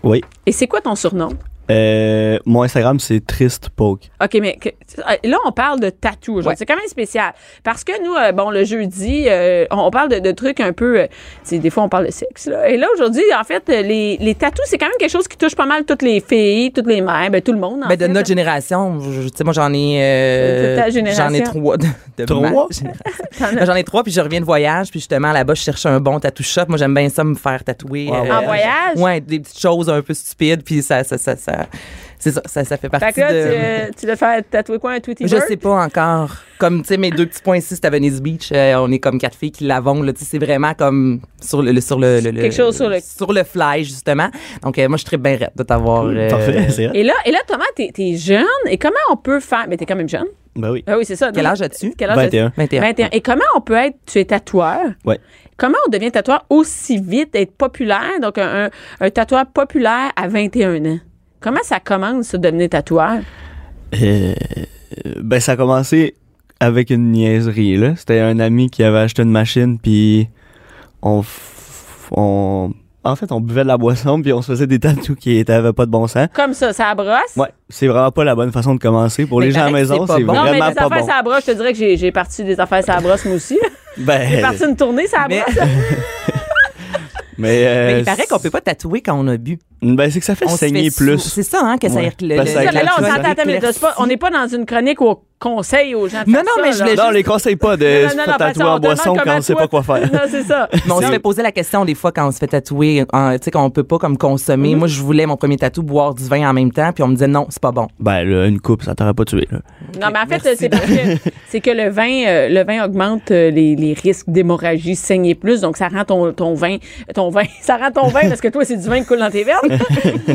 Oui. Et c'est quoi ton surnom? Euh, mon Instagram, c'est Triste Poke. OK, mais que- euh, là, on parle de tatou aujourd'hui. C'est quand même spécial. Parce que nous, euh, bon, le jeudi, euh, on, on parle de, de trucs un peu. euh, tu sais, des fois, on parle de sexe. Là. Et là, aujourd'hui, en fait, euh, les, les tatous, c'est quand même quelque chose qui touche pas mal toutes les filles, toutes les mères, ben, tout le monde. en Ben, de fait. notre génération, je- je- tu sais, moi, j'en ai. euh, De ta génération. J'en ai trois. De, de Trois? ma génération. Ben, J'en ai trois, puis je reviens de voyage, puis justement, là-bas, je cherche un bon tatou shop. Moi, j'aime bien ça, me faire tatouer. euh, Wow. En voyage? Ouais, des petites choses un peu stupides, puis ça. ça, ça, ça c'est ça, ça, ça fait Fait partie que là, de. tu, euh, tu dois faire tatouer quoi, un Tweety Je Bird? sais pas encore. Comme, tu sais, mes deux petits points ici, c'est à Venice Beach. Euh, on est comme quatre filles qui l'avons. là. Tu sais, c'est vraiment comme sur le, le- sur le, le- le- Quelque chose sur le- fly, justement. Donc, euh, moi, je suis très bien raide de t'avoir. euh, Parfait, c'est vrai. Et là, et là Thomas, t'es es jeune. Et comment on peut faire. Mais t'es quand même jeune. Ben oui. Ah oui, c'est ça. Quel Non, âge as-tu? Quel âge 21. 21. 21. Et comment on peut être, tu es tatoueur? Ouais. Comment on devient tatoueur aussi vite, être populaire? Donc, un, un- un tatoueur populaire à 21 ans. Comment ça commence, ça, devenir tatoueur? Euh, ben, ça a commencé avec une niaiserie, là. C'était un ami qui avait acheté une machine, puis on, f- on... En fait, on buvait de la boisson, puis on se faisait des tatous qui n'avaient pas de bon sens. Comme ça, ça brosse? Ouais, c'est vraiment pas la bonne façon de commencer. Pour Mais les gens à la paraît que maison, c'est pas c'est bon. Non, mais vraiment les pas affaires, bon. ça brosse, je te dirais que j'ai- j'ai parti des affaires, ça brosse, moi aussi. J'ai Ben, parti une tournée, ça brosse. mais, euh, Mais il paraît qu'on peut pas tatouer quand on a bu. Ben, c'est que ça fait On se Euh, saigner fait plus. sous- C'est ça, hein, que ça Ouais. Ben, que le, Parce le- que le- Ça, mais là, on le- s'entend, s'entend, attends, mais c'est pas- on n'est pas dans une chronique au conseil aux gens. de Non, faire non, ça, mais je là. voulais Non, juste- on les conseille euh, pas de Non, se non, non, faire parce tatouer en qu'on te boisson demande quand comment on sait toi- pas quoi faire. Non, c'est ça. Mais on se C'est- fait poser la question des fois quand on se fait tatouer, en- tu sais, qu'on peut pas comme Mm-hmm. consommer. Moi, je voulais mon premier tatou boire du vin en même temps, puis on me disait non, c'est pas bon. Ben, là, une coupe, ça t'aurait pas tué. Là. Non, mais en fait, merci. c'est parce que c'est que le vin, euh, le vin augmente euh, les, les risques d'hémorragie, saigner plus, donc ça rend ton, ton vin, ton vin, ça rend ton vin parce que toi c'est du vin qui coule dans tes veines.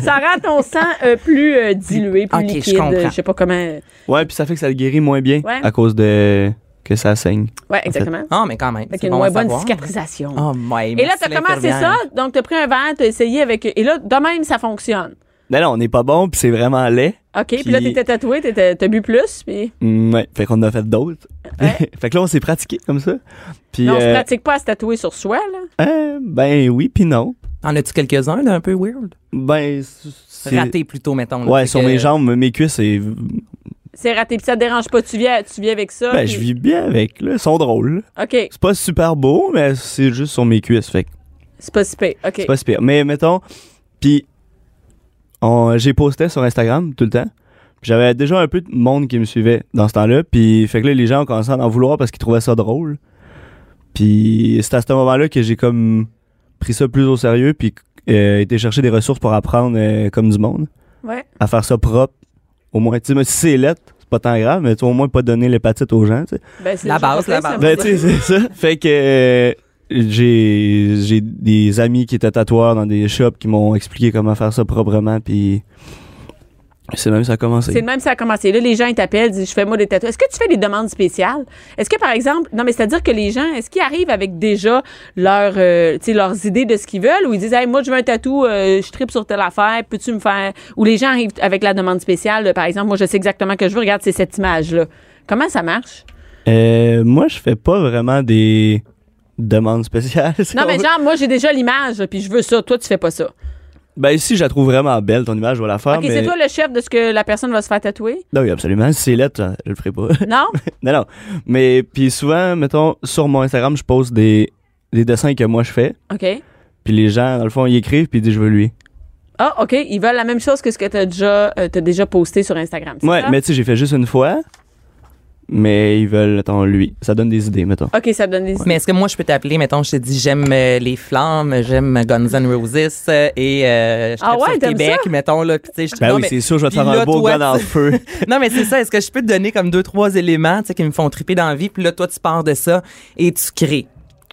ça rend ton sang euh, plus euh, dilué, plus Ok, je liquide. Je, comprends. sais pas comment. Ouais, puis ça fait que ça le guérit moins bien Ouais. à cause de que ça saigne. Ouais, exactement. Ah, mais quand même. Fait c'est qu'il y a une bon moins à bonne savoir. cicatrisation. Oh my, et là, merci, t'as commencé ça, l'infirmière. donc t'as pris un verre, t'as essayé avec, et là, de même, ça fonctionne. Mais là, on n'est pas bon, puis c'est vraiment laid. OK, puis là, Puis- t'étais tatoué, t'étais- t'as bu plus, puis Mm, ouais, fait qu'on en a fait d'autres. Ouais. fait que là, on s'est pratiqué comme ça. Puis, Non, on se euh, pratique pas à se tatouer sur soi, là. euh, ben oui, puis non. En as-tu quelques-uns d'un peu weird? Ben, c'est... Raté plutôt, mettons. là, Ouais, c'est sur que- mes jambes, mes cuisses, c'est... C'est raté, puis ça te dérange pas, tu vis, à- tu vis avec ça. Ben, puis- je vis bien avec, là. Ils sont drôles. OK, C'est pas super beau, mais c'est juste sur mes cuisses, fait que c'est pas si pire. OK. c'est pas si pire. Mais mettons, puis on- j'ai posté sur Instagram tout le temps. Puis J'avais déjà un peu de monde qui me suivait dans ce temps-là. Puis fait que là, les gens ont commencé à en vouloir parce qu'ils trouvaient ça drôle. Puis c'est à ce moment-là que j'ai comme pris ça plus au sérieux puis euh, été chercher des ressources pour apprendre euh, comme du monde Ouais. à faire ça propre. Au moins, tu sais, mais si c'est lettre, c'est pas tant grave, mais tu sais, au moins pas donner l'hépatite aux gens, tu sais. Ben, c'est La déjà base, fait, la ça, base. moi, Ben, tu sais, c'est ça. Fait que euh, j'ai j'ai des amis qui étaient tatoueurs dans des shops qui m'ont expliqué comment faire ça proprement, puis c'est même ça a C'est commencé. le même, ça a commencé. Là, les gens, ils t'appellent, disent, je fais moi des tatouages. Est-ce que tu fais des demandes spéciales? Est-ce que, par exemple, non, mais c'est-à-dire que les gens, est-ce qu'ils arrivent avec déjà leur, euh, tu sais, leurs idées de ce qu'ils veulent ou ils disent, hey, moi, je veux un tatou, euh, je tripe sur telle affaire, peux-tu me faire? Ou les gens arrivent avec la demande spéciale, euh, par exemple, moi, je sais exactement que je veux, regarde, c'est cette image-là. Comment ça marche? Euh, moi, je fais pas vraiment des demandes spéciales. si Non, on mais veut. genre, moi, j'ai déjà l'image, là, puis je veux ça. Toi, tu fais pas ça. Ben, si je la trouve vraiment belle, ton image, je vais la OK, faire, Ah, mais... c'est toi le chef de ce que la personne va se faire tatouer? Non, oui, absolument. Si c'est lettre, hein, je le ferai pas. Non? non, non. Mais, puis souvent, mettons, sur mon Instagram, je pose des, des dessins que moi, je fais, OK. puis les gens, dans le fond, ils écrivent, puis ils disent « je veux lui ». Ah, OK. Ils veulent la même chose que ce que tu as déjà, euh, t'as déjà posté sur Instagram. c'est Ouais, ça? mais tu sais, j'ai fait juste une fois. Mais ils veulent, attends, lui. Ça donne des idées, mettons. OK, ça donne des idées. Mais est-ce que moi, je peux t'appeler, mettons, je te dis, j'aime euh, les flammes, j'aime Guns N' Roses euh, et euh, je Ah tripe ouais, sur t'aimes Québec, mettons, là, puis tu sais, je Ben non, oui, mais- c'est sûr, je vais te puis faire un là, beau toi, gars dans le tu- feu. Non, mais c'est ça, est-ce que je peux te donner comme deux, trois éléments, tu sais, qui me font triper dans la vie, puis là, toi, tu pars de ça et tu crées.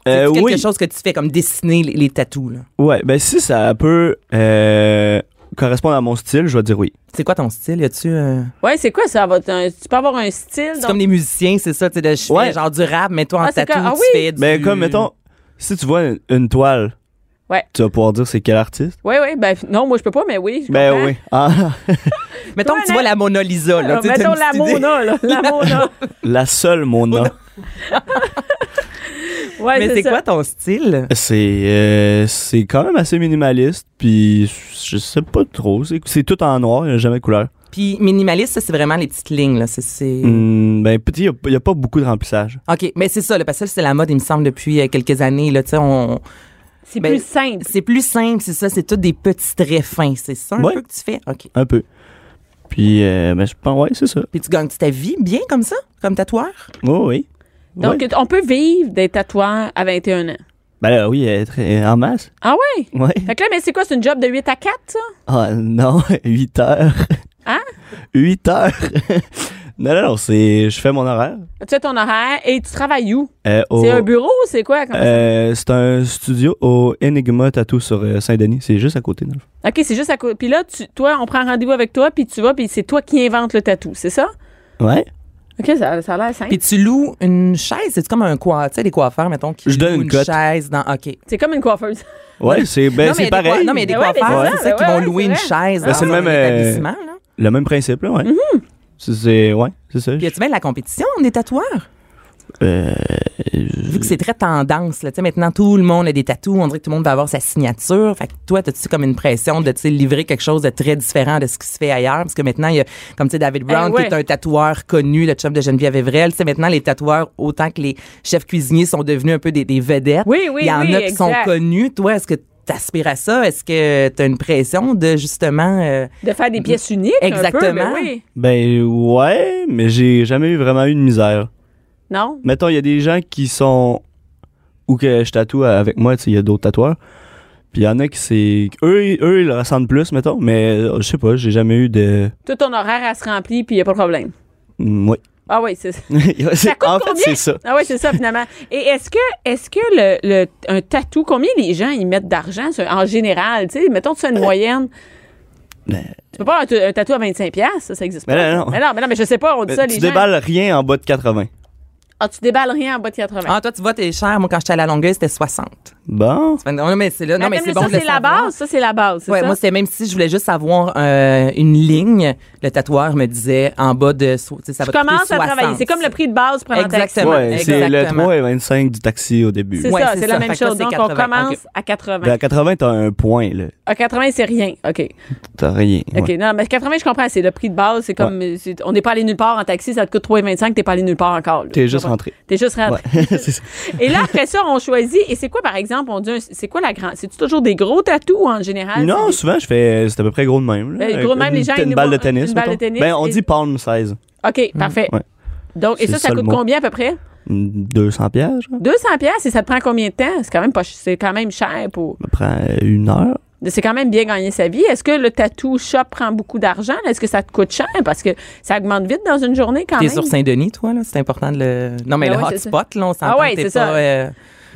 Euh, C'est quelque oui. chose que tu fais, comme dessiner les, les tatous, là. Ouais, ben si ça peut euh, correspondre à mon style, je vais dire oui. C'est quoi ton style? Y a-tu. euh, Ouais, c'est quoi ça? Va- t'as- Tu peux avoir un style. C'est donc- comme des musiciens, c'est ça, tu sais, de- je fais Ouais. genre du rap, mais toi en Ah, c'est tatou, que- ah tu oui. fais du. Mais Ben comme, mettons, si tu vois une, une toile, Ouais. tu vas pouvoir dire c'est quel artiste. Oui, oui. Ben, non, moi, je peux pas, mais oui. je Ben comprends. oui. Ah, Mettons Toi, que tu vois la Mona Lisa, là. Ah, tu sais, t'as mettons une la petite idée. Mona, là. La Mona. la seule, mon nom. Ouais, Mais c'est ça. quoi ton style? C'est euh, c'est quand même assez minimaliste, puis je sais pas trop. C'est c'est tout en noir, il n'y a jamais de couleur. Puis minimaliste, ça, c'est vraiment les petites lignes, là. C'est, Mm. c'est- Hum, ben petit, il n'y a pas beaucoup de remplissage. OK, mais c'est ça, là, parce que ça, c'est la mode, il me semble, depuis euh, quelques années, là. Tu sais, on... C'est Ben, plus simple. c'est plus simple, c'est ça. C'est tout des petits traits fins. C'est ça un Ouais. peu que tu fais? OK. Un peu. Puis, euh, ben, je pense, ouais, c'est ça. Puis tu gagnes ta vie bien comme ça, comme tatoueur? Oh, oui. Donc, euh, Ouais. on peut vivre des tatouages à 21 ans. Ben là, oui, euh, très- en masse. Ah ouais? Ouais. Fait que là, mais c'est quoi? C'est une job de 8 à 4, ça? Ah non, 8 heures. Hein? 8 heures. non, non, non, c'est. Je fais mon horaire. Tu fais ton horaire et tu travailles où? Euh, au- C'est un bureau? C'est quoi? Comment ça? Euh, c'est un studio au Enigma Tattoo sur euh, Saint-Denis. C'est juste à côté, dans le fond. OK, c'est juste à côté. Puis là, tu, toi, on prend rendez-vous avec toi, puis tu vas, puis c'est toi qui inventes le tatou, c'est ça? Ouais. OK, ça, ça a l'air simple. Puis tu loues une chaise. C'est comme un coiffeur, tu sais, les coiffeurs, mettons, qui Je donne louent une cote. chaise dans. OK. C'est comme une coiffeuse. Ouais, c'est ben, non, mais il c'est y a des pareil. coi- non, mais il y a des Mais ouais, mais coiffeurs, c'est c'est ça, ça, qui ouais, vont ouais, louer c'est une vrai. chaise. Ben, dans c'est le un même, euh, établissement, là. Le même principe, là, ouais. C'est- C'est. Ouais, c'est ça. Mm-hmm. Puis y a-tu bien de la compétition des tatoueurs? Euh, Vu que c'est très tendance, là. Tu sais, maintenant, tout le monde a des tatous. On dirait que tout le monde va avoir sa signature. Fait que toi, t'as-tu comme une pression de, tu sais, livrer quelque chose de très différent de ce qui se fait ailleurs? Parce que maintenant, il y a, comme tu sais, David Brown, Eh ouais. qui est un tatoueur connu, le chum de Geneviève Evrel. Tu sais, maintenant, les tatoueurs, autant que les chefs cuisiniers sont devenus un peu des, des vedettes. Oui, oui, Il y en oui, a qui sont exact. connus. Toi, est-ce que t'aspires à ça? Est-ce que t'as une pression de justement... euh, De faire des pièces uniques. Un peu, Exactement. ben oui. Ben ouais, mais j'ai jamais eu vraiment eu de misère. Non? Mettons, il y a des gens qui sont. ou que je tatoue avec moi, tu sais, il y a d'autres tatoueurs. Puis il y en a qui c'est. Eux, eux, ils le ressentent plus, mettons, mais euh, je sais pas, j'ai jamais eu de. Tout ton horaire, elle se remplit, puis il n'y a pas de problème. Mm, Oui. Ah oui, c'est C'est- coûte en fait, combien? c'est ça. Ah ouais, c'est ça finalement. Et est-ce que est-ce que le, le un tatou combien les gens y mettent d'argent sur- en général, tu sais, mettons tu fais Ben, une moyenne. tu peux pas avoir un, t- un tatou à 25 piastres, ça ça existe Mais pas. Ben, non, non. Mais non, mais non, mais je sais pas, on dit Mais ça les tu gens. déballes rien en bas de 80. Ah, tu déballes rien en bas de 80. Ah, toi, tu vois, t'es cher. Moi, quand j'étais à la longueur, c'était 60. Bon. Fait que Non, mais c'est là. Non, Attends, mais mais c'est Ben, ça bon de le c'est la savoir. base, ça c'est la base, c'est Ouais, ça. moi, c'était même si je voulais juste avoir euh, une ligne, le tatoueur me disait en bas de. so- tu sais, Ça tu va te coûter commences à 60. travailler, c'est comme le prix de base pour un taxi. Exactement. Ouais, c'est le Exactement. 3 et 25 du taxi au début. C'est Ouais, ça, c'est c'est la ça. même Fait que là, chose. c'est Donc, on 80. commence OK. à 80. Ben, à 80, t'as un point, là. À 80, c'est rien. OK. T'as rien. OK. ouais. Non, mais 80, je comprends. C'est le prix de base. C'est comme. c'est- on n'est pas allé nulle part en taxi. Ça te coûte 3,25. T'es pas allé nulle part encore. là. T'es juste Je comprends. rentré. T'es juste rentré. Ouais, c'est ça. Et là, après ça, on choisit. Et c'est quoi, par exemple, on dit. un- C'est quoi la grande. C'est-tu toujours des gros tatous en général? non, ah, C'est des- souvent, je fais. C'est à peu près gros de même. là. Ben, gros de même, Une- les gens, ils Une nous balle de montrent une tennis. balle de mettons. tennis Ben, on et- dit palm 16. OK, parfait. ouais. Donc, et C'est ça, ça ça le coûte mot. combien à peu près? Mm, 200 pièges. hein. 200 pièces et ça te prend combien de temps? C'est quand même pas, ch- c'est quand même cher pour, Ça me prend une heure. c'est quand même bien gagner sa vie. Est-ce que le tattoo shop prend beaucoup d'argent? Est-ce que ça te coûte cher? Parce que ça augmente vite dans une journée quand T'es même. sur Saint-Denis, toi, là. C'est important de le. Non, mais Ben le oui, c'est ça. hotspot, là, on s'entend Ah ouais, que t'es c'est ça. Ah pas euh,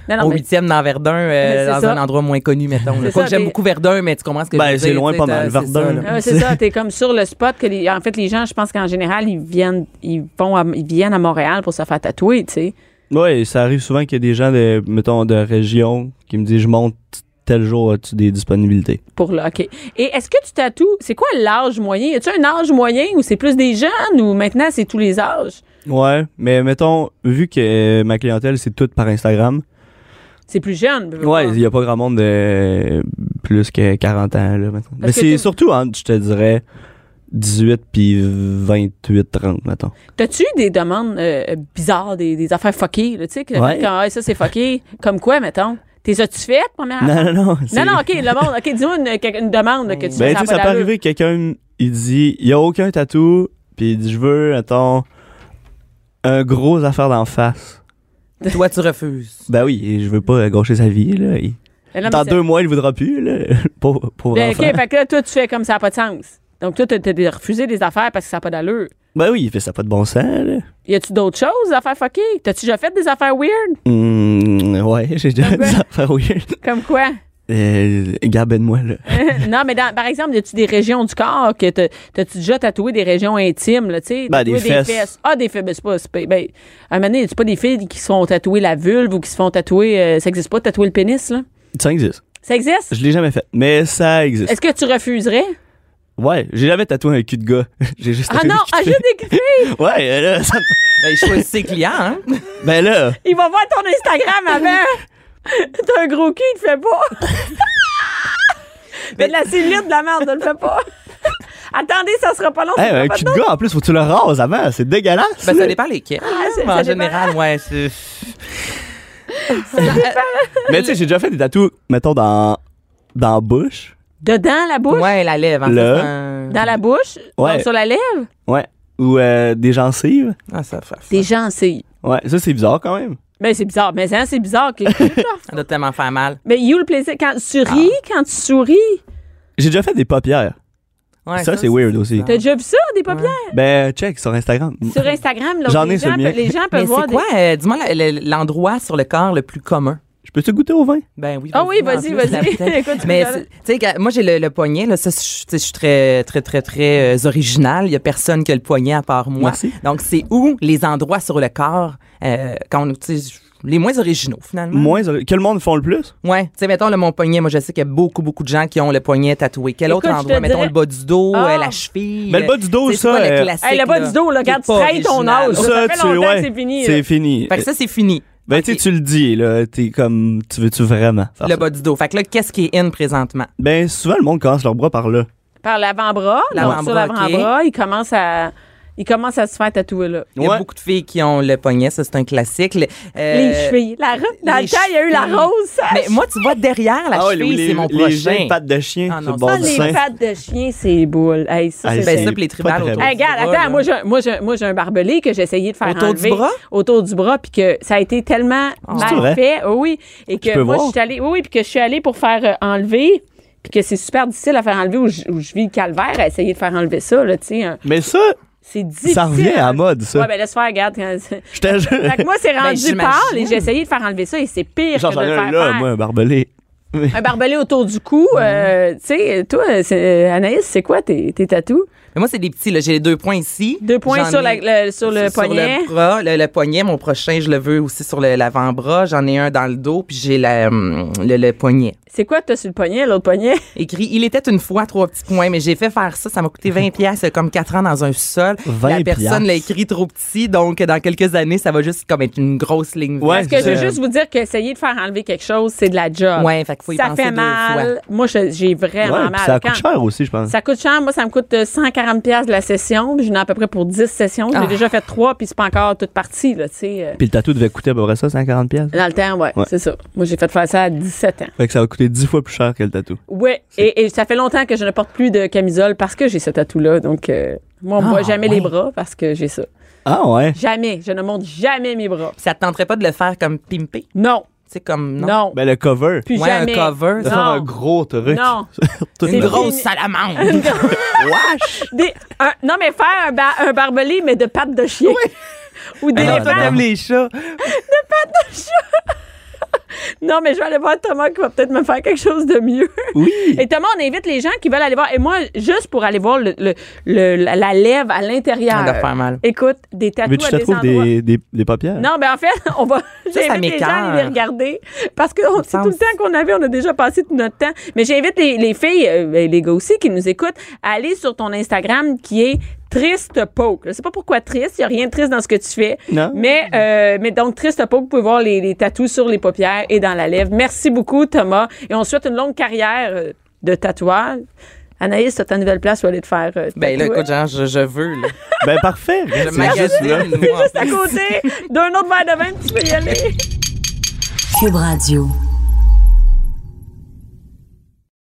Non, non, Oh au mais- huitième dans Verdun, euh, Mais c'est dans ça. un endroit moins connu, mettons. là. C'est Quoi ça, que j'aime t'es- beaucoup Verdun, mais tu comprends ce que Ben, je veux dire. c'est loin tu pas sais, mal, t'as- c'est Verdun, ça, là. Ah, c'est ça, t'es comme sur le spot que les, en fait les gens, je pense qu'en général ils viennent, ils vont, à, ils viennent à Montréal pour se faire tatouer, tu sais. Oui, ça arrive souvent qu'il y a des gens de, mettons, de région qui me disent je monte tel jour, as-tu des disponibilités? Pour là, ok. Et est-ce que tu tatoues C'est quoi l'âge moyen Y a-tu un âge moyen ou c'est plus des jeunes ou maintenant c'est tous les âges Ouais, mais mettons, vu que euh, ma clientèle, c'est toute par Instagram, C'est plus jeune. je veux ouais, pas. il n'y a pas grand monde de euh, plus que 40 ans, là, mettons. Mais que c'est tu- surtout entre, je te dirais, 18 puis 28, 30, mettons. T'as-tu des demandes euh, bizarres, des, des affaires fuckées, là, tu sais que Ouais. quand ah, ça c'est fucké, comme quoi mettons T'es as-tu fait première Non, non, non. Ah. Non, c'est- non, OK, le monde. OK, dis-moi une, quelque- une demande là, que tu Ben, a pas tu sais, ça peut d'allure. arriver, quelqu'un, il dit, il n'y a aucun tatou, puis il dit, je veux, attends, un gros affaire d'en face. là. Toi, tu refuses. Ben oui, et je veux pas gâcher sa vie, là. Il- Mais non, mais Dans ça- deux mois, il voudra plus, là. Pauvre, pauvre Ben, enfant. OK, fait que là, toi, tu fais comme ça n'a pas de sens. Donc, toi, t'as t'as des- refusé des affaires parce que ça n'a pas d'allure. Ben oui, il fait ça pas de bon sens, là. Y a-tu d'autres choses, des affaires fuckées? T'as-tu déjà fait des affaires weird? Hum, ouais, j'ai déjà des affaires weird. Comme quoi? Euh, de moi là. non, mais dans- par exemple, y a-tu des régions du corps que t'as- t'as-tu déjà tatoué des régions intimes, là, tu sais? Ben, Tatoué des fesses. Ah, des fesses. Ben, c'est pas. c'est pas- ben, à un moment donné, y a-tu pas des filles qui se font tatouer la vulve ou qui se font tatouer. euh, ça existe pas, de tatouer le pénis, là? Ça existe. Ça existe? Je l'ai jamais fait, mais ça existe. Est-ce que tu refuserais? Ouais, j'ai jamais tatoué un cul de gars. j'ai juste Ah tatoué non, des culs ah, de juste des filles! filles. Ouais, euh, là, ça... Ben, il choisit ses clients, hein. ben là, Il va voir ton Instagram avant. T'as un gros cul, il te fait pas. Mais de la cellulite, de la merde, ne le fait pas. Attendez, ça sera pas long. ça hey, sera un pas cul de gars en plus, faut que Eh, tu le rases avant, c'est dégueulasse. Ben, ça là. dépend lesquels. c'est- hein, Ah, ça en dépend. général, ouais. c'est- Mais tu sais, j'ai déjà fait des tatous, mettons dans dans la bouche. Dedans la bouche, Ouais, la lèvre. en Le- fait, c'est un- dans la bouche, Ouais. donc sur la lèvre, Ouais. Ou euh, des gencives. Ah, ça fait. des gencives. Ouais, ça c'est bizarre quand même. Ben c'est bizarre, mais hein, c'est bizarre que. Ça doit tellement faire mal. mais you le plaisir quand tu Ah. ris, quand tu souris, J'ai déjà fait des paupières. Ouais, Ça, c'est weird aussi. t'as déjà vu ça des paupières Ben check sur Instagram. sur Instagram là, J'en les, ai sur gens le peuvent, mien. les gens peuvent Mais voir c'est des- quoi, euh, dis-moi, la- la- l'endroit sur le corps le plus commun? Je peux te goûter au vin Ben oui. Ah oui, en vas-y, plus, vas-y. la bouteille. Écoute, tu Mais peux- c'est- tu sais, quand- moi j'ai le, le poignet là, ça je tu sais, je suis très très très très euh, original, il y a personne qui a le poignet à part moi. Merci. Donc c'est où les endroits sur le corps euh, quand on tu sais, les moins originaux finalement. Moins que le monde font le plus Ouais, tu sais mettons le mon poignet, moi je sais qu'il y a beaucoup beaucoup de gens qui ont le poignet tatoué. Quel Écoute, autre je te endroit mettons dirais- le bas du dos, Ah! euh, la cheville. Mais Ben, le bas du dos, Tu sais, c'est ça, quoi euh, le classique. Hey, le bas du dos, là, qui est regarde, tu pas trahis ton original. âge. Ça fait tu longtemps que c'est fini, là. C'est fini. Fait que ça c'est fini. Ben tu sais, Ok. tu le dis là, t'es comme tu veux tu vraiment faire le ça? bas du dos. Fait que là qu'est-ce qui est in présentement Ben souvent le monde casse leur bras par là. par l'avant-bras, donc L'avant-bras, sur l'avant-bras, ils commencent à Ils commencent à se faire tatouer là. Il y a Ouais. beaucoup de filles qui ont le poignet, ça c'est un classique. Le- euh, les chevilles. La, re- dans les le temps, il y a eu chevilles. la rose. ça. Mais moi, tu vois, derrière la Ah ouais, cheville, les- c'est mon les jeunes prochain. pattes de chien, Ah sur non, ça, le bord Ah, du les sein. pattes de chien, c'est boule. Hey, ça, Ah, c'est- Ben Oh, c'est ça, puis les pas tribales très autour bon. du Hey, regarde, bras, attends, là. moi j'ai, un- moi, j'ai, un- moi, j'ai un barbelé que j'ai essayé de faire Autour du enlever bras? autour du bras, puis que ça a été tellement C'est mal vrai? fait, oh oui, et que peux moi voir. je suis allée, oui, oui, puis que je suis allée pour faire euh, enlever, puis que c'est super difficile à faire enlever où je, où je vis le calvaire à essayer de faire enlever ça, là, tu sais, hein. Mais ça, c'est difficile. ça revient à la mode, ça. Ouais, ben laisse faire, regarde. quand- je te jure. Fait que moi c'est rendu Ben, j'imagine. pâle et j'ai essayé de faire enlever ça et c'est pire Genre, que j'en de le ai faire un là, faire. moi, un barbelé. Un barbelé autour du cou, Mhm. euh, tu sais, toi, c'est- euh, Anaïs, c'est quoi tes, tes tatous? Mais moi, c'est des petits. là. J'ai les deux points ici. Deux points J'en sur, ai- la- le, sur le poignet. le bras, le, le poignet. Mon prochain, je le veux aussi sur le- l'avant-bras. J'en ai un dans le dos, puis j'ai la, hum, le, le poignet. C'est quoi t'as sur le poignet, l'autre poignet? Écrit, il était une fois trois petits points, mais j'ai fait faire ça. Ça m'a coûté 20 pièces comme quatre ans dans un sol. 20 La personne l'a écrit trop petit, donc euh, dans quelques années, ça va juste comme être une grosse ligne. Ouais, verte. Parce que je Euh, veux juste vous dire qu'essayer de faire enlever quelque chose, c'est de la job. Ouais, fait qu'il faut y ça penser fait deux mal. Moi, je- j'ai vraiment Ouais, mal. puis ça Quand- coûte hein. cher aussi, je pense. Ça coûte cher. Moi, ça me coûte euh, 140 pièces de la session. puis J'en ai à peu près pour 10 sessions. J'ai Ah. déjà fait 3, puis c'est pas encore toute partie. Là, tu sais, euh, Puis le tatou devait coûter à peu près ça, 140 pièces. dans le temps, ouais, Ouais. c'est ça. Moi, j'ai fait faire ça à 17 ans. Fait que ça va coûter 10 fois plus cher que le tatou. Ouais, et, et ça fait longtemps que je ne porte plus de camisole parce que j'ai ce tatou-là. Donc, euh, moi, on me Ah, voit jamais ouais. les bras parce que j'ai ça. Ah ouais? Jamais. Je ne montre jamais mes bras. Ça te tenterait pas de le faire comme pimper? Non, C'est comme. non. Non. Ben le cover. Plus Ouais, un jamais. cover, Ça va faire un Non. gros truc. Non. Toute Une C'est la- vrai. grosse salamandre. Des- un- non, mais faire un, ba- un barbelé, mais de pattes de chien. Ou non, d'éléphant. ça, t'aimes les chats. Non, mais je vais aller voir Thomas qui va peut-être me faire quelque chose de mieux. Oui. Et Thomas, on invite les gens qui veulent aller voir. Et moi, juste pour aller voir le, le- le- la, la lèvre à l'intérieur. Ça doit faire mal. Écoute, des Mais tatouages tu à te des trouves endroits. des, des, des paupières? Non, mais en fait, on va. J'invite les gens à aller les m'écoeure. regarder. Parce que on- c'est sens. tout le temps qu'on avait, on a déjà passé tout notre temps. Mais j'invite les, les filles, euh, et les gars aussi qui nous écoutent, à aller sur ton Instagram qui est Triste Poke. Je sais pas pourquoi triste, il n'y a rien de triste dans ce que tu fais. Non. Mais, euh, mais donc, Triste Poke, vous pouvez voir les, les tatous sur les paupières et dans la lèvre. Merci beaucoup, Thomas. Et on te souhaite une longue carrière euh, de tatouage. Anaïs, t'as ta nouvelle place où aller te faire euh, Ben là, tatouer. écoute, genre, je, je veux, là. Ben parfait. Je regarde, C'est juste là. magasine. moi, en à côté d'un autre verre de vin, puis tu peux y aller. Cube Radio.